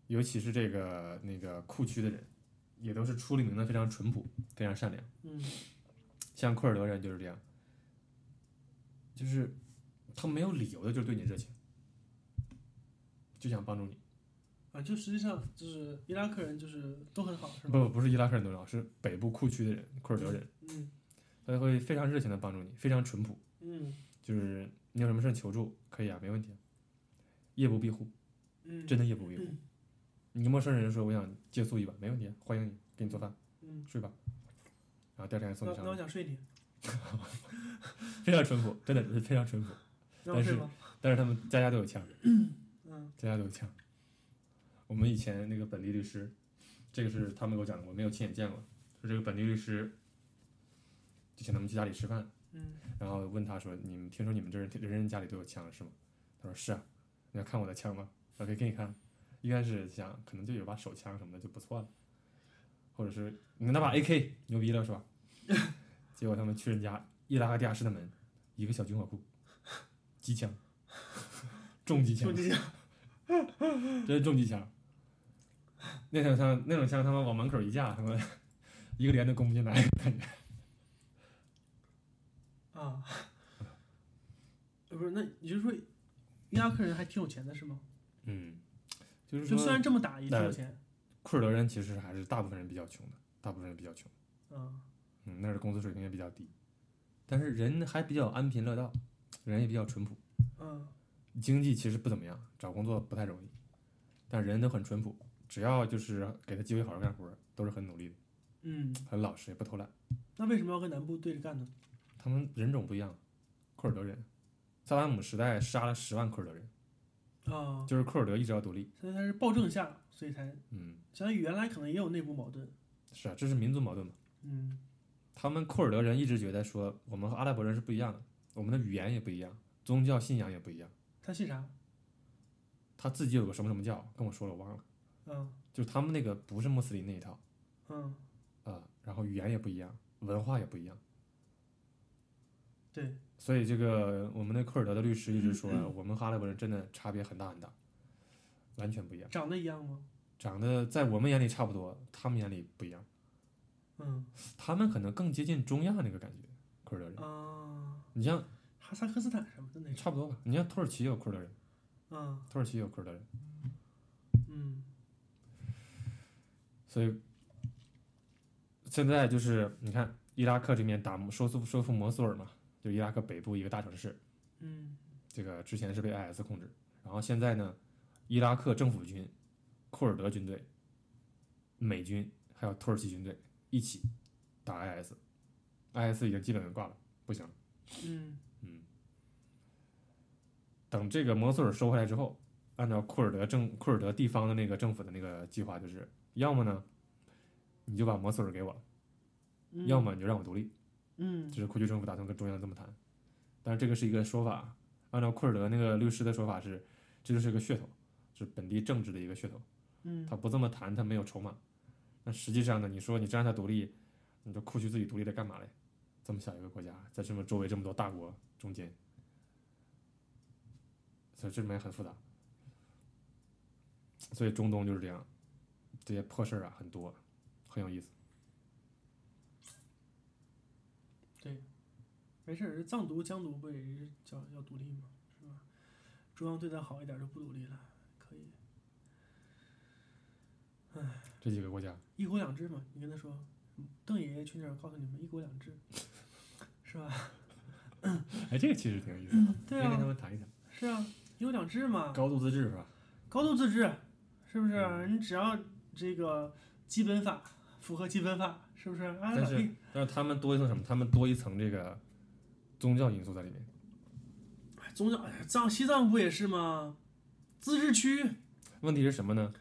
S2: 尤其是这个那个库区的人，也都是出了名的非常淳朴，非常善良。
S1: 嗯
S2: 像库尔德人就是这样，就是他没有理由的就对你热情，就想帮助你。
S1: 啊，就实际上就是伊拉克人就是都很好，是吧？
S2: 不，不是伊拉克人多少，是北部库区的人，库尔德人，
S1: 嗯
S2: 他就会非常热情的帮助你，非常淳朴。
S1: 嗯
S2: 就是你有什么事求助，可以啊，没问题啊，夜不闭户。
S1: 嗯，
S2: 真的夜不闭户。你跟陌生人说我想借宿一晚，没问题啊，欢迎你，给你做饭，
S1: 嗯，
S2: 睡吧。然后第二天送
S1: 那
S2: 你
S1: 那
S2: 上
S1: 我
S2: 楼，
S1: 想睡你，
S2: 非常淳朴，真的是非常淳朴。
S1: 让我
S2: 但是
S1: 睡吗？
S2: 但是他们家家都有枪，
S1: 嗯
S2: 家家都有枪。我们以前那个本地律师，这个是他们给我讲的，我没有亲眼见过。说这个本地律师就请他们去家里吃饭，
S1: 嗯
S2: 然后问他说：“你们听说你们这人人人家里都有枪是吗？”他说：“是啊。”你要看我的枪吗？我可以给你看。一开始想可能就有把手枪什么的就不错了，或者是你那把 AK 牛逼了是吧？结果他们去人家一拉开地下室的门，一个小军火库，机枪，重机枪
S1: 就，这样。
S2: 这是重机枪。那种枪，那种枪，他们往门口一架，他们一个连都供不进来，感觉
S1: 啊，呃不是，那也就是说，伊拉克人还挺有钱的是吗？
S2: 嗯， 就是
S1: 就
S2: 说，
S1: 虽然这么打也挺有
S2: 那
S1: 钱，
S2: 库尔德人其实还是大部分人比较穷的，大部分人比较穷，
S1: 嗯，
S2: 嗯，那儿的工资水平也比较低，但是人还比较安贫乐道，人也比较淳朴，
S1: 嗯，
S2: 经济其实不怎么样，找工作不太容易，但人都很淳朴，只要就是给他机会好好干活，都是很努力的，
S1: 嗯，
S2: 很老实，也不偷懒。
S1: 那为什么要跟南部对着干呢？
S2: 他们人种不一样，库尔德人，萨达姆时代杀了十万库尔德人，
S1: 啊，
S2: 就是库尔德一直要独立，
S1: 所以他是暴政下，所以才
S2: 嗯，
S1: 相当于原来可能也有内部矛盾，
S2: 是啊，这是民族矛盾嘛。
S1: 嗯
S2: 他们库尔德人一直觉得说，我们和阿拉伯人是不一样的，我们的语言也不一样，宗教信仰也不一样。，
S1: 他姓啥？
S2: 他自己有个什么什么教，跟我说了，我忘了。
S1: 嗯
S2: 就是他们那个不是穆斯林那一套
S1: 嗯，
S2: 啊、然后语言也不一样，文化也不一样。
S1: 对，
S2: 所以这个我们的库尔德的律师一直说，我们和阿拉伯人真的差别很大很大，完全不一样，
S1: 长得一样吗？
S2: 长得在我们眼里差不多，他们眼里不一样。
S1: 嗯
S2: 他们可能更接近中亚那个感觉，库尔德人。
S1: 啊，
S2: 你像
S1: 哈萨克斯坦什么的那种，
S2: 差不多吧？你像土耳其也有库尔德人，
S1: 嗯
S2: 土耳其也有库尔德人。
S1: 嗯
S2: 所以现在就是你看伊拉克这边打收复收复摩苏尔嘛，就伊拉克北部一个大城市，
S1: 嗯
S2: 这个之前是被 IS 控制，然后现在呢，伊拉克政府军、库尔德军队、美军还有土耳其军队一起打 IS，IS 已经基本挂了，不行了。
S1: 嗯
S2: 等这个摩苏尔收回来之后，按照库尔德政库尔德地方的那个政府的那个计划，就是要么呢，你就把摩苏尔给我了，
S1: 嗯，
S2: 要么你就让我独立。
S1: 嗯
S2: 就是库区政府打算跟中央这么谈，但是这个是一个说法，按照库尔德那个律师的说法是，这就是个噱头，是本地政治的一个噱头，
S1: 嗯
S2: 他不这么谈，他没有筹码。那实际上呢，你说你真让他独立，你这库区自己独立在干嘛嘞？这么小一个国家，在这么周围这么多大国中间，所以这里面很复杂。所以中东就是这样，这些破事儿啊很多，很有意思。
S1: 没事儿，藏独、疆独不也是叫要独立吗？是吧？中央对咱好一点就不独立了，可以
S2: 这几个国家，
S1: 一国两制嘛。你跟他说，邓爷爷去那儿告诉你们一国两制，是吧？
S2: 哎，这个其实挺有意思的，
S1: 对
S2: 可以跟
S1: 啊，
S2: 他
S1: 哦
S2: 们谈一谈。
S1: 是啊，一国两制嘛。
S2: 高度自治是吧？
S1: 高度自治，是不是？
S2: 嗯
S1: 你只要这个基本法符合基本法，是不啊是？按
S2: 但
S1: 法
S2: 是
S1: 律
S2: 但是他们多一层什么？他们多一层这个宗教因素在里面。
S1: 宗教，哎藏西藏不也是吗？自治区，
S2: 问题是什么呢？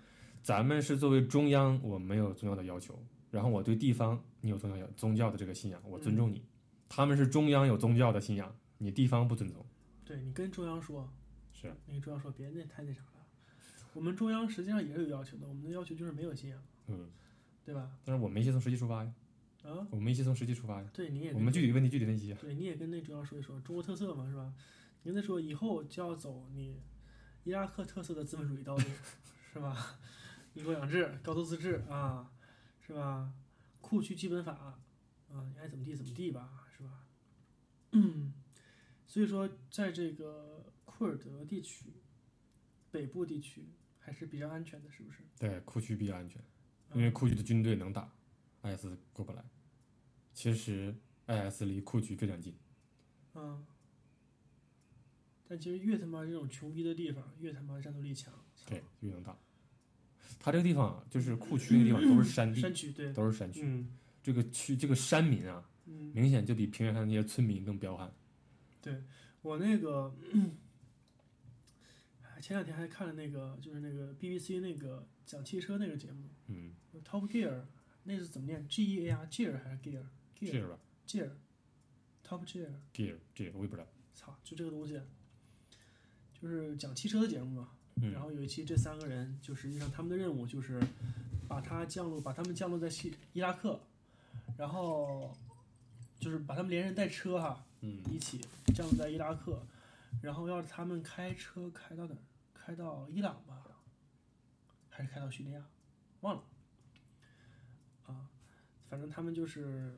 S2: 咱们是作为中央，我没有宗教的要求，然后我对地方你有宗教宗教的这个信仰，我尊重
S1: 嗯
S2: 你。他们是中央有宗教的信仰，你地方不尊重，
S1: 对你跟中央说，
S2: 是
S1: 那个中央说别那太那啥了。我们中央实际上也是有要求的，我们的要求就是没有信仰，
S2: 嗯。
S1: 对吧？
S2: 但是我们一切从实际出发呀，
S1: 啊，
S2: 我们一切从实际出发呀。
S1: 对，你也
S2: 我
S1: 跟
S2: 们具体问题具体分析啊。
S1: 对你也跟那中央说一说中国特色嘛，是吧？你跟他说以后就要走你伊拉克特色的资本主义道路，是吧？一国两制、高度自治啊，是吧？库区基本法啊，你爱怎么地怎么地吧，是吧？ 嗯，所以说在这个库尔德地区、北部地区还是比较安全的，是不是？
S2: 对，库区比较安全，
S1: 嗯
S2: 因为库区的军队能打，IS 过不来。其实 IS 离库区非常近。
S1: 嗯，但其实越他妈这种穷逼的地方，越他妈战斗力强。
S2: 对，越能打。它这个地方啊就是库区那个地方都是山地，
S1: 山区对，
S2: 都是山区。
S1: 嗯
S2: 这个区这个山民啊，
S1: 嗯，
S2: 明显就比平原上那些村民更彪悍。
S1: 我那个 哎前两天还看了那个，就是那个 BBC 那个讲汽车那个节目
S2: 嗯，
S1: ，Top Gear，那是怎么念？G E A R Gear 还是 Gear？Gear
S2: 这吧
S1: Gear，Top Gear，
S2: ，gear 这我也不知道。
S1: 操，就这个东西，就是讲汽车的节目嘛。然
S2: 嗯
S1: 后有一期这三个人就实际上他们的任务就是把他降落，把他们降落在西伊拉克，然后就是把他们连人带车哈，
S2: 嗯，
S1: 一起降落在伊拉克，然后要是他们开车开到哪儿？开到伊朗吧，还是开到叙利亚？忘了。啊，反正他们就是，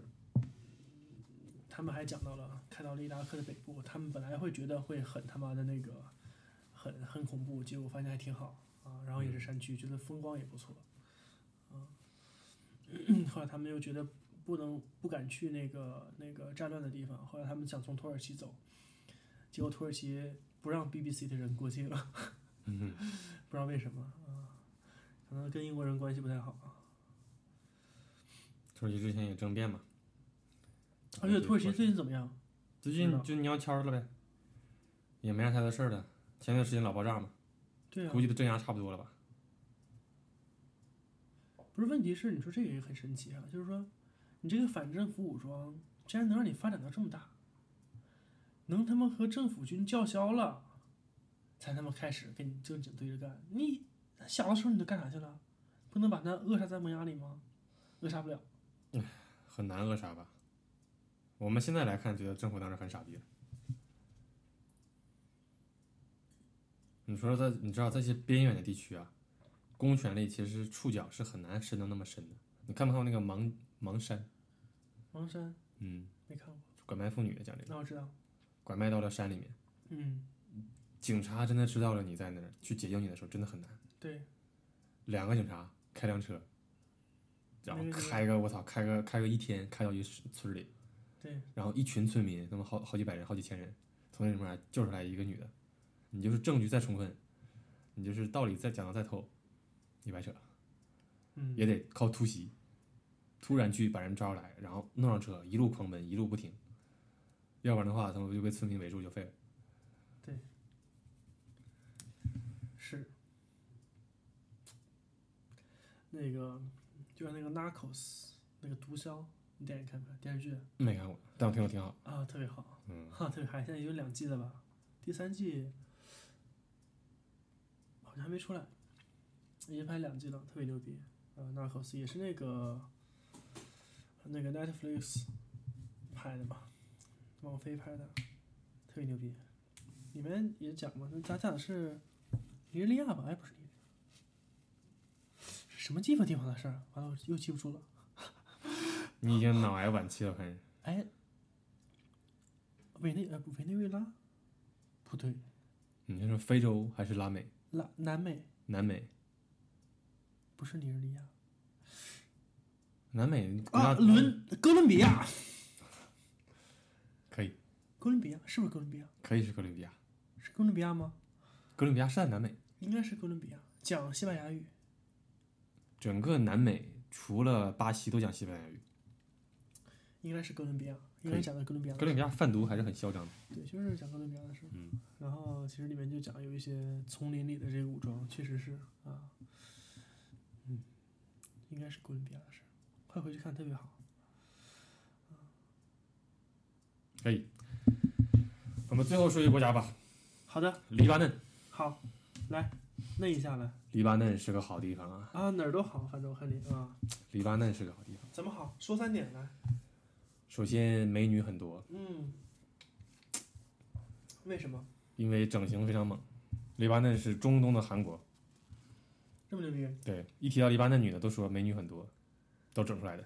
S1: 他他们还讲到了看到了伊拉克的北部，他们本来会觉得会很他妈的那个，很很恐怖，结果发现还挺好啊，然后也是山区，觉得风光也不错，啊， 后来他们又觉得不能不敢去那个那个战乱的地方，后来他们想从土耳其走，结果土耳其不让 BBC 的人过境了， 不知道为什么啊，可能跟英国人关系不太好。啊
S2: 土耳其之前也政变嘛，
S1: 而且土耳其最近怎么样？
S2: 最
S1: 知道
S2: 近就鸟悄了呗，也没啥太多事儿了。前段时间老爆炸嘛，
S1: 对啊
S2: 估，计都镇压差不多了吧？
S1: 不是问题是，你说这个也很神奇啊，就是说，你这个反政府武装竟然能让你发展到这么大，能他妈和政府军叫嚣了，才他妈开始跟你正经对着干。你小的时候你都干啥去了？不能把他扼杀在萌芽里吗？扼杀不了。
S2: 很难扼杀吧？我们现在来看，觉得政府当时很傻逼了。你说在你知道在一些边远的地区啊，公权力其实触角是很难伸到那么深的。你看没看过那个盲盲山？
S1: 王山
S2: 嗯，
S1: 没看过，
S2: 拐卖妇女的讲这个，
S1: 那我知道。
S2: 拐卖到了山里面，
S1: 嗯，
S2: 警察真的知道了你在那儿，去解救你的时候真的很难。
S1: 对，
S2: 两个警察开辆车，然后
S1: 那个
S2: 开个我操，开个开个一天，开到一村里，
S1: 对，
S2: 然后一群村民，那么好好几百人、好几千人，从那里面救出来一个女的，你就是证据再充分，你就是道理再讲的再透，你白扯，
S1: 嗯，
S2: 也得靠突袭，突然去把人抓出来，然后弄上车，一路狂奔，一路不停，要不然的话，他们就被村民围住就废了。
S1: 是。那个就是那个 Narcos 那个毒枭，你电影看看电视剧
S2: 没看过，但我听过挺好，
S1: 啊， 特别好。
S2: 嗯，
S1: 哈，对，还现在有两季了吧？第三季好像还没出来，已经拍两季了，特别牛逼。呃，《Narcos》也是那个那个 Netflix 拍的吧，网飞拍的，特别牛逼。里面也讲嘛，那他讲的是尼日利亚吧？哎，不是尼日利亚，是什么地方地方的事儿？啊完了，我又记不住了。
S2: 你已经脑癌晚期了，我看人
S1: 哎，委内呃不委内瑞拉，不对。
S2: 你是非洲还是拉美、
S1: 拉南美
S2: 南美？
S1: 不是尼日利亚
S2: 南美
S1: 啊，
S2: 那
S1: 伦哥伦比亚，
S2: 可以，
S1: 哥伦比亚是不是哥伦比亚？
S2: 可以是哥伦比亚，
S1: 是哥伦比亚吗？
S2: 哥伦比亚是在南美。
S1: 应该是哥伦比亚，讲西班牙语。
S2: 整个南美除了巴西都讲西班牙语，
S1: 应该是哥伦比亚，
S2: 可
S1: 应
S2: 以
S1: 该讲的哥伦比亚
S2: 哥
S1: 的，
S2: 伦比亚贩毒还是很嚣张的。
S1: 对，就是讲哥伦比亚的事。
S2: 嗯，
S1: 然后其实里面就讲有一些丛林里的这个武装，确实是啊，嗯，应该是哥伦比亚的事，快回去看，特别好。
S2: 可以。我们最后说一个国家吧，
S1: 好的，
S2: 黎巴嫩。
S1: 好，来内一下来
S2: 黎巴嫩是个好地方啊，
S1: 啊，哪儿都好，反正我看你啊，
S2: 黎巴嫩是个好地方。
S1: 怎么好？说三点来。
S2: 首先，美女很多，
S1: 嗯，为什么
S2: 因为整形非常猛。黎巴嫩是中东的韩国，
S1: 这么牛逼？
S2: 对，一提到黎巴嫩女的，都说美女很多，都整出来的，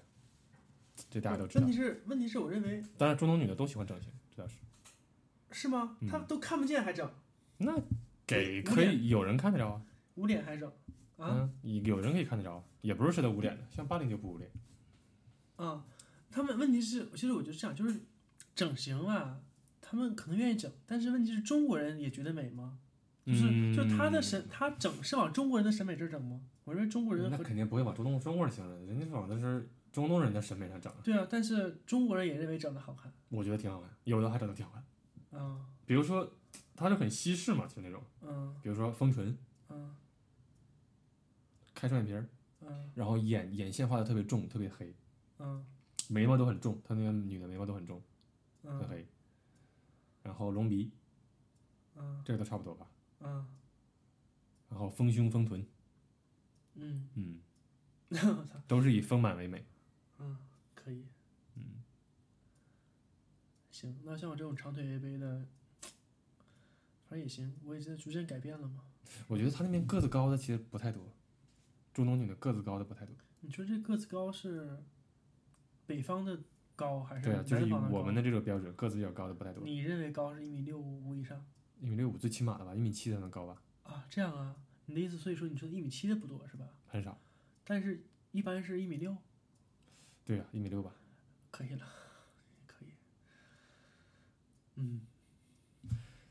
S2: 这大家都知道
S1: 问题。是，问题是我认为
S2: 当然，中东女的都喜欢整形，主要是
S1: 是吗？
S2: 嗯
S1: 他都看不见还整，
S2: 那给
S1: 无
S2: 可以有人看得着啊，
S1: 捂脸还整啊
S2: 嗯，有人可以看得着啊，也不是谁都捂脸的，像八零就不捂脸。嗯
S1: 啊！他们问题是，其实我觉得这样，就是整形啊，他们可能愿意整，但是问题是中国人也觉得美吗？就是，
S2: 嗯
S1: 就他的审，他整是往中国人的审美这儿整吗？我认为中国人
S2: 嗯那
S1: 和
S2: 肯定不会往中东中国人行人，人家往的是中东人的审美上整，
S1: 对啊，但是中国人也认为整的好看
S2: 我觉得挺好看，有的还整的挺好看。
S1: 啊，
S2: 比如说，它就很西式嘛，就那种，
S1: 嗯
S2: 比如说丰唇、
S1: 嗯
S2: 开双眼皮儿，
S1: 嗯
S2: 然后眼眼线画的特别重，特别黑，
S1: 嗯
S2: 眉毛都很重，她那个女的眉毛都很重，很
S1: 嗯
S2: 黑。然后隆鼻，
S1: 嗯
S2: 这个都差不多吧。
S1: 嗯
S2: 然后丰胸、丰臀，
S1: 嗯，
S2: 嗯，
S1: 我操，
S2: 都是以丰满为美。
S1: 嗯，可以。
S2: 嗯，
S1: 行，那像我这种长腿 A 杯的，反正也行，我已经逐渐改变了嘛。
S2: 我觉得他那边个子高的其实不太多，中东女的个子高的不太多。
S1: 你说这个子高是北方的高还是
S2: 对啊，就是
S1: 南
S2: 以
S1: 方的
S2: 我们
S1: 高？
S2: 的这个标准，个子比较高的不太多，
S1: 你认为高是一米六五以上
S2: 一米六五最起码的吧，一米七才能高吧，
S1: 啊？这样啊？你的意思，所以说你说一米七的不多是吧？
S2: 很少。
S1: 但是一般是一米六，
S2: 对啊，一米六吧。
S1: 可以了， 可以。嗯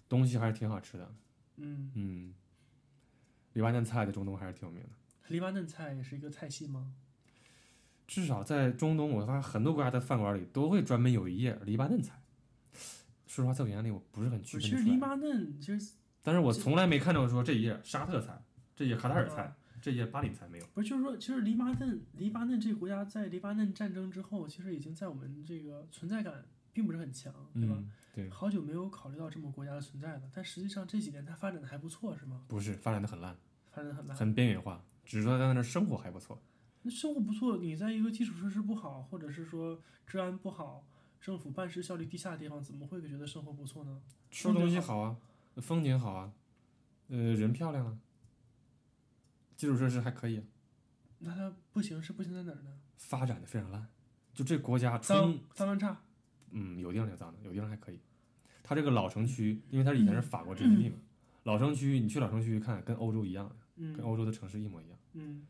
S2: 东西还是挺好吃的。
S1: 嗯，
S2: 嗯，黎巴嫩菜在中东还是挺有名的，
S1: 黎巴嫩菜也是一个菜系吗？
S2: 至少在中东，我发现很多国家的饭馆里都会专门有一页黎巴嫩菜。说实话，在我眼里我不是很区
S1: 其实
S2: 分得出
S1: 黎
S2: 来，
S1: 巴嫩其实
S2: 但是我从来没看到说这一页沙特菜，这一页卡塔尔菜
S1: 啊，
S2: 这一页巴林菜没有。
S1: 呃不是，就是说，其实黎巴嫩，黎巴嫩这个国家在黎巴嫩战争之后，其实已经在我们这个存在感并不是很强，对吧？
S2: 嗯，对，
S1: 好久没有考虑到这么国家的存在了，但实际上这几年它发展的还不错，是吗？
S2: 不是发展的很烂，
S1: 发展的很烂，
S2: 很边缘化，只是说在那儿生活还不错。
S1: 那生活不错，你在一个基础设施不好，或者是说治安不好，政府办事效率低下的地方，怎么会觉得生活不错呢？
S2: 吃东西好啊，风景好啊，呃，人漂亮啊，基础设施还可以啊，
S1: 那它不行是不行在哪儿呢？
S2: 发展的非常烂。就这国家
S1: 脏
S2: 充，
S1: 脏乱差，
S2: 嗯，有地方挺脏的，有地方还可以。它这个老城区，因为它以前是法国殖民地嘛，老城区你去老城区一看，跟欧洲一样，跟
S1: 嗯
S2: 欧洲的城市一模一样。
S1: 嗯，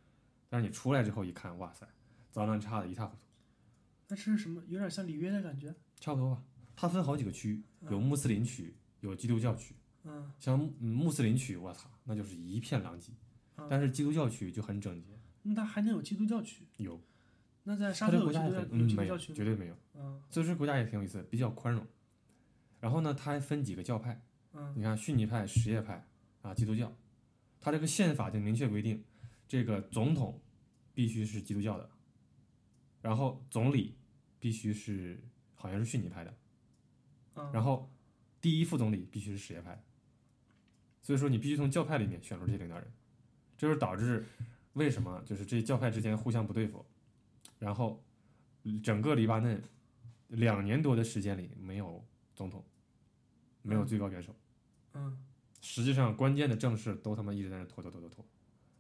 S2: 但是你出来之后一看，哇塞，脏乱差的一塌糊涂，
S1: 那是什么？有点像里约的感觉，
S2: 差不多吧。它分好几个区，有穆斯林区，有基督教区。
S1: 嗯，
S2: 像嗯穆斯林区，我操，那就是一片狼藉
S1: 啊。
S2: 但是基督教区就很整洁，
S1: 那它还能有基督教区？
S2: 有
S1: 那在沙
S2: 它
S1: 特
S2: 这
S1: 有
S2: 国
S1: 基
S2: 家
S1: 督
S2: 也
S1: 教
S2: 很
S1: 有
S2: 嗯
S1: 基督
S2: 没有，
S1: 教区吗？
S2: 绝对没有。
S1: 嗯
S2: 所以这国家也挺有意思的，比较宽容。然后呢，它还分几个教派，
S1: 嗯
S2: 你看逊尼派、什叶派啊，基督教。它这个宪法就明确规定，这个总统必须是基督教的，然后总理必须是好像是逊尼派的，
S1: 嗯，
S2: 然后第一副总理必须是什叶派的。所以说你必须从教派里面选出这些领导人，这就是导致为什么就是这教派之间互相不对付，然后整个黎巴嫩两年多的时间里没有总统，没有最高元首。
S1: 嗯，
S2: 实际上关键的政事都他妈一直在那拖拖拖拖拖，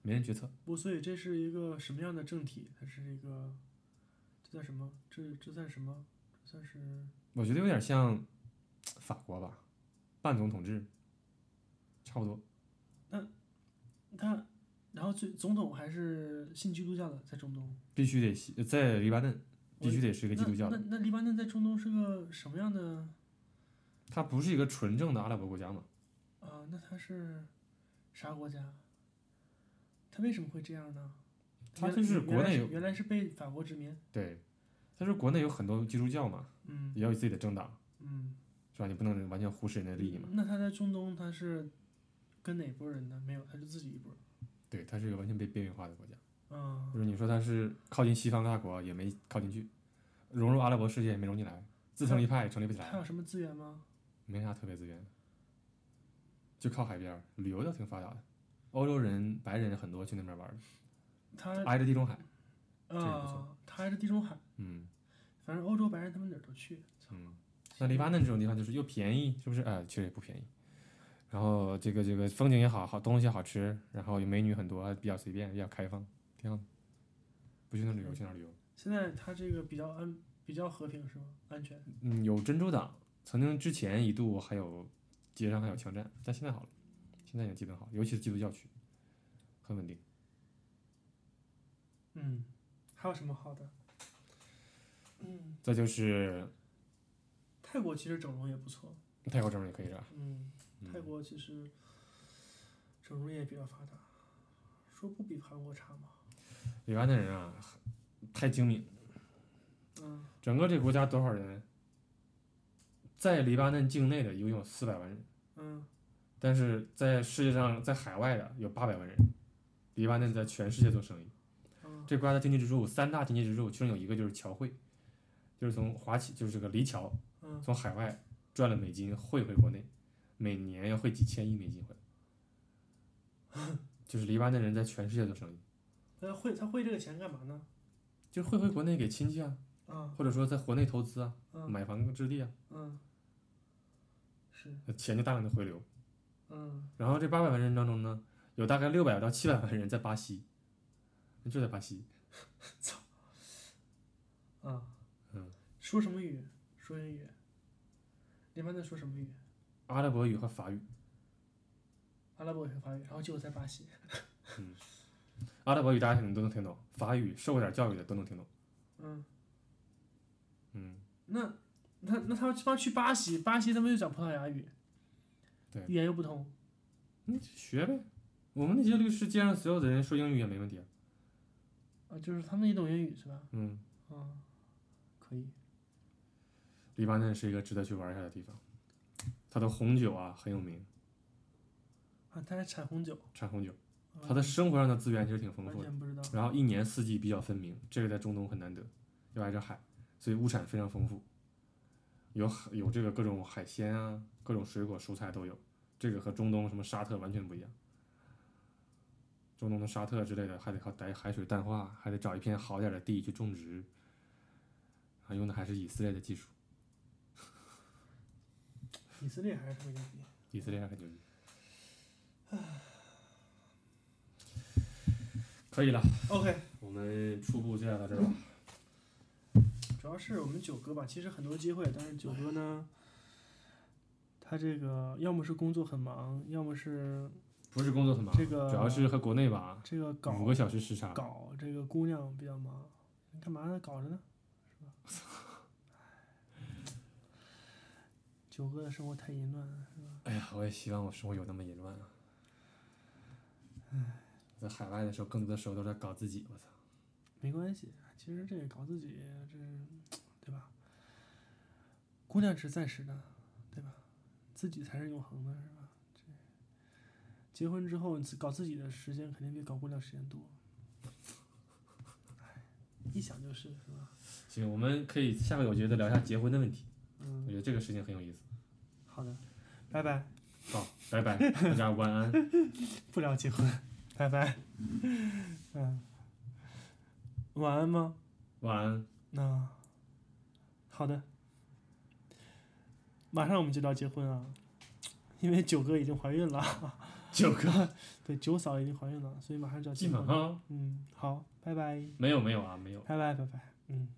S2: 没人决策。
S1: 不，所以这是一个什么样的政体？它是一个，这算什么？这这算什么？这算是
S2: 我觉得有点像嘖法国吧，半总统制，差不多。
S1: 它，然后最总统还是信基督教的，在中东
S2: 必须得信在黎巴嫩，必须得是一个基督教
S1: 那
S2: 的。
S1: 那那黎巴嫩在中东是个什么样的？
S2: 它不是一个纯正的阿拉伯国家嘛？
S1: 啊、那它是啥国家？它为什么会这样呢？
S2: 它
S1: 原
S2: 就是
S1: 原来
S2: 国内有
S1: 原来是被法国殖民。
S2: 对，但是国内有很多基督教嘛，
S1: 嗯
S2: 也有自己的政党，
S1: 嗯。
S2: 是吧？你不能完全忽视人家的利益嘛。
S1: 那他在中东他是跟哪波人呢？没有，他就自己一波。
S2: 对，它是一个完全被边缘化的国家。
S1: 嗯
S2: 就是你说它是靠近西方大国也没靠近去，融入阿拉伯世界也没融进来，自成一派也成立不起来。
S1: 他有什么资源吗？
S2: 没啥特别资源，就靠海边儿，旅游倒挺发达的。欧洲人、白人很多去那边玩儿的，
S1: 他
S2: 挨着地中海。
S1: 啊、
S2: 个不错
S1: 他还是地中海，
S2: 嗯
S1: 反正欧洲白人他们哪儿都去。
S2: 嗯，那黎巴嫩这种地方就是又便宜，是不是？哎，其实也不便宜。然后这个这个风景也好，好东西也好吃，然后有美女很多，还比较随便，比较开放，挺好的。不去那旅游，去哪儿旅游？
S1: 现在他这个比较安，比较和平是吗？安全？
S2: 嗯，有珍珠党，曾经之前一度还有街上还有枪战，但现在好了，现在也基本好了，尤其是基督教区，很稳定。
S1: 嗯，还有什么好的？嗯，
S2: 再就是
S1: 泰国其实整容也不错。
S2: 泰国这边也可以是吧？
S1: 嗯，
S2: 嗯
S1: 泰国其实整容业比较发达，说不比韩国差吗？
S2: 黎巴嫩人啊，太精明。
S1: 嗯，
S2: 整个这国家多少人？在黎巴嫩境内的一共有四百万人，
S1: 嗯，
S2: 但是在世界上，在海外的有八百万人。黎巴嫩在全世界做生意，
S1: 嗯，
S2: 这国家的经济支柱三大经济支柱，其中有一个就是侨汇，就是从华侨，就是这个黎侨
S1: 嗯，
S2: 从海外赚了美金汇回国内，每年要汇几千亿美金回来。就是黎巴嫩人在全世界做生意，
S1: 那会他会这个钱干嘛呢？
S2: 就是汇回国内给亲戚啊，
S1: 啊，
S2: 或者说在国内投资啊，
S1: 嗯。
S2: 买房置地啊。
S1: 嗯，是，
S2: 钱就大量的回流。
S1: 嗯
S2: 然后这八百万人当中呢，有大概六百到七百万人在巴西，就在巴西。
S1: 啊，
S2: 嗯，
S1: 说什么语？说英语。那边在说什么语？
S2: 阿拉伯语和法语。
S1: 阿拉伯语和法语，然后结果在巴西。
S2: 阿拉伯语大家可能都能听懂，法语受过点教育的都能听懂。
S1: 嗯，
S2: 嗯，
S1: 那那那他他妈去巴西，巴西他们就讲葡萄牙语，
S2: 对
S1: 语言又不通。
S2: 你学呗。我们那些律师街上所有的人说英语也没问题啊。
S1: 啊，就是他们也懂英语是吧？
S2: 嗯，
S1: 嗯，可以。
S2: 黎巴嫩是一个值得去玩一下的地方，它的红酒啊很有名，
S1: 啊，他还产红酒，
S2: 产红酒，
S1: 啊
S2: 它的生活上的资源其实挺丰
S1: 完
S2: 富的，
S1: 全不知道。
S2: 然后一年四季比较分明，这个在中东很难得，又挨着海，所以物产非常丰富，有海有这个各种海鲜啊，各种水果蔬菜都有，这个和中东什么沙特完全不一样。中东的沙特之类的，还得靠逮海水淡化，还得找一片好点的地去种植，啊，用的还是以色列的技术，
S1: 以色列还是特别牛逼。
S2: 以色列还很牛逼。 可以了，
S1: OK，
S2: 我们初步就到这儿吧。
S1: 主要是我们九哥吧，其实很多机会，但是
S2: 哎
S1: 九哥呢，他这个要么是工作很忙，要么是
S2: 不是工作很忙，
S1: 这个
S2: 主要是和国内吧，
S1: 这个搞
S2: 五个小时时差，
S1: 搞这个姑娘比较忙，你干嘛呢？搞 着呢，是吧？九哥的生活太淫乱了，是吧？
S2: 哎呀，我也希望我生活有那么淫乱啊。在海外的时候，更多的时候都在搞自己。我操，
S1: 没关系，其实这个搞自己，这是对吧？姑娘只是暂时的，对吧？自己才是永恒的，是吧？这结婚之后，你自搞自己的时间肯定比搞姑娘时间多。哎，一想就是，是吧？
S2: 行，我们可以下回我觉得聊一下结婚的问题，我
S1: 嗯，
S2: 觉得这个事情很有意思。
S1: 好的，拜拜。
S2: 好，拜拜，大家晚安。
S1: 不聊结婚，拜拜。 嗯，晚安吗？
S2: 晚安，
S1: 那、好的，马上我们就聊结婚啊，因为九哥已经怀孕了，
S2: 九哥，
S1: 对，九嫂已经怀孕了，所以马上就要
S2: 基
S1: 结
S2: 本
S1: 婚了。
S2: 上
S1: 嗯，好，拜拜，
S2: 没有没有啊，没有。
S1: 拜拜，拜拜，嗯。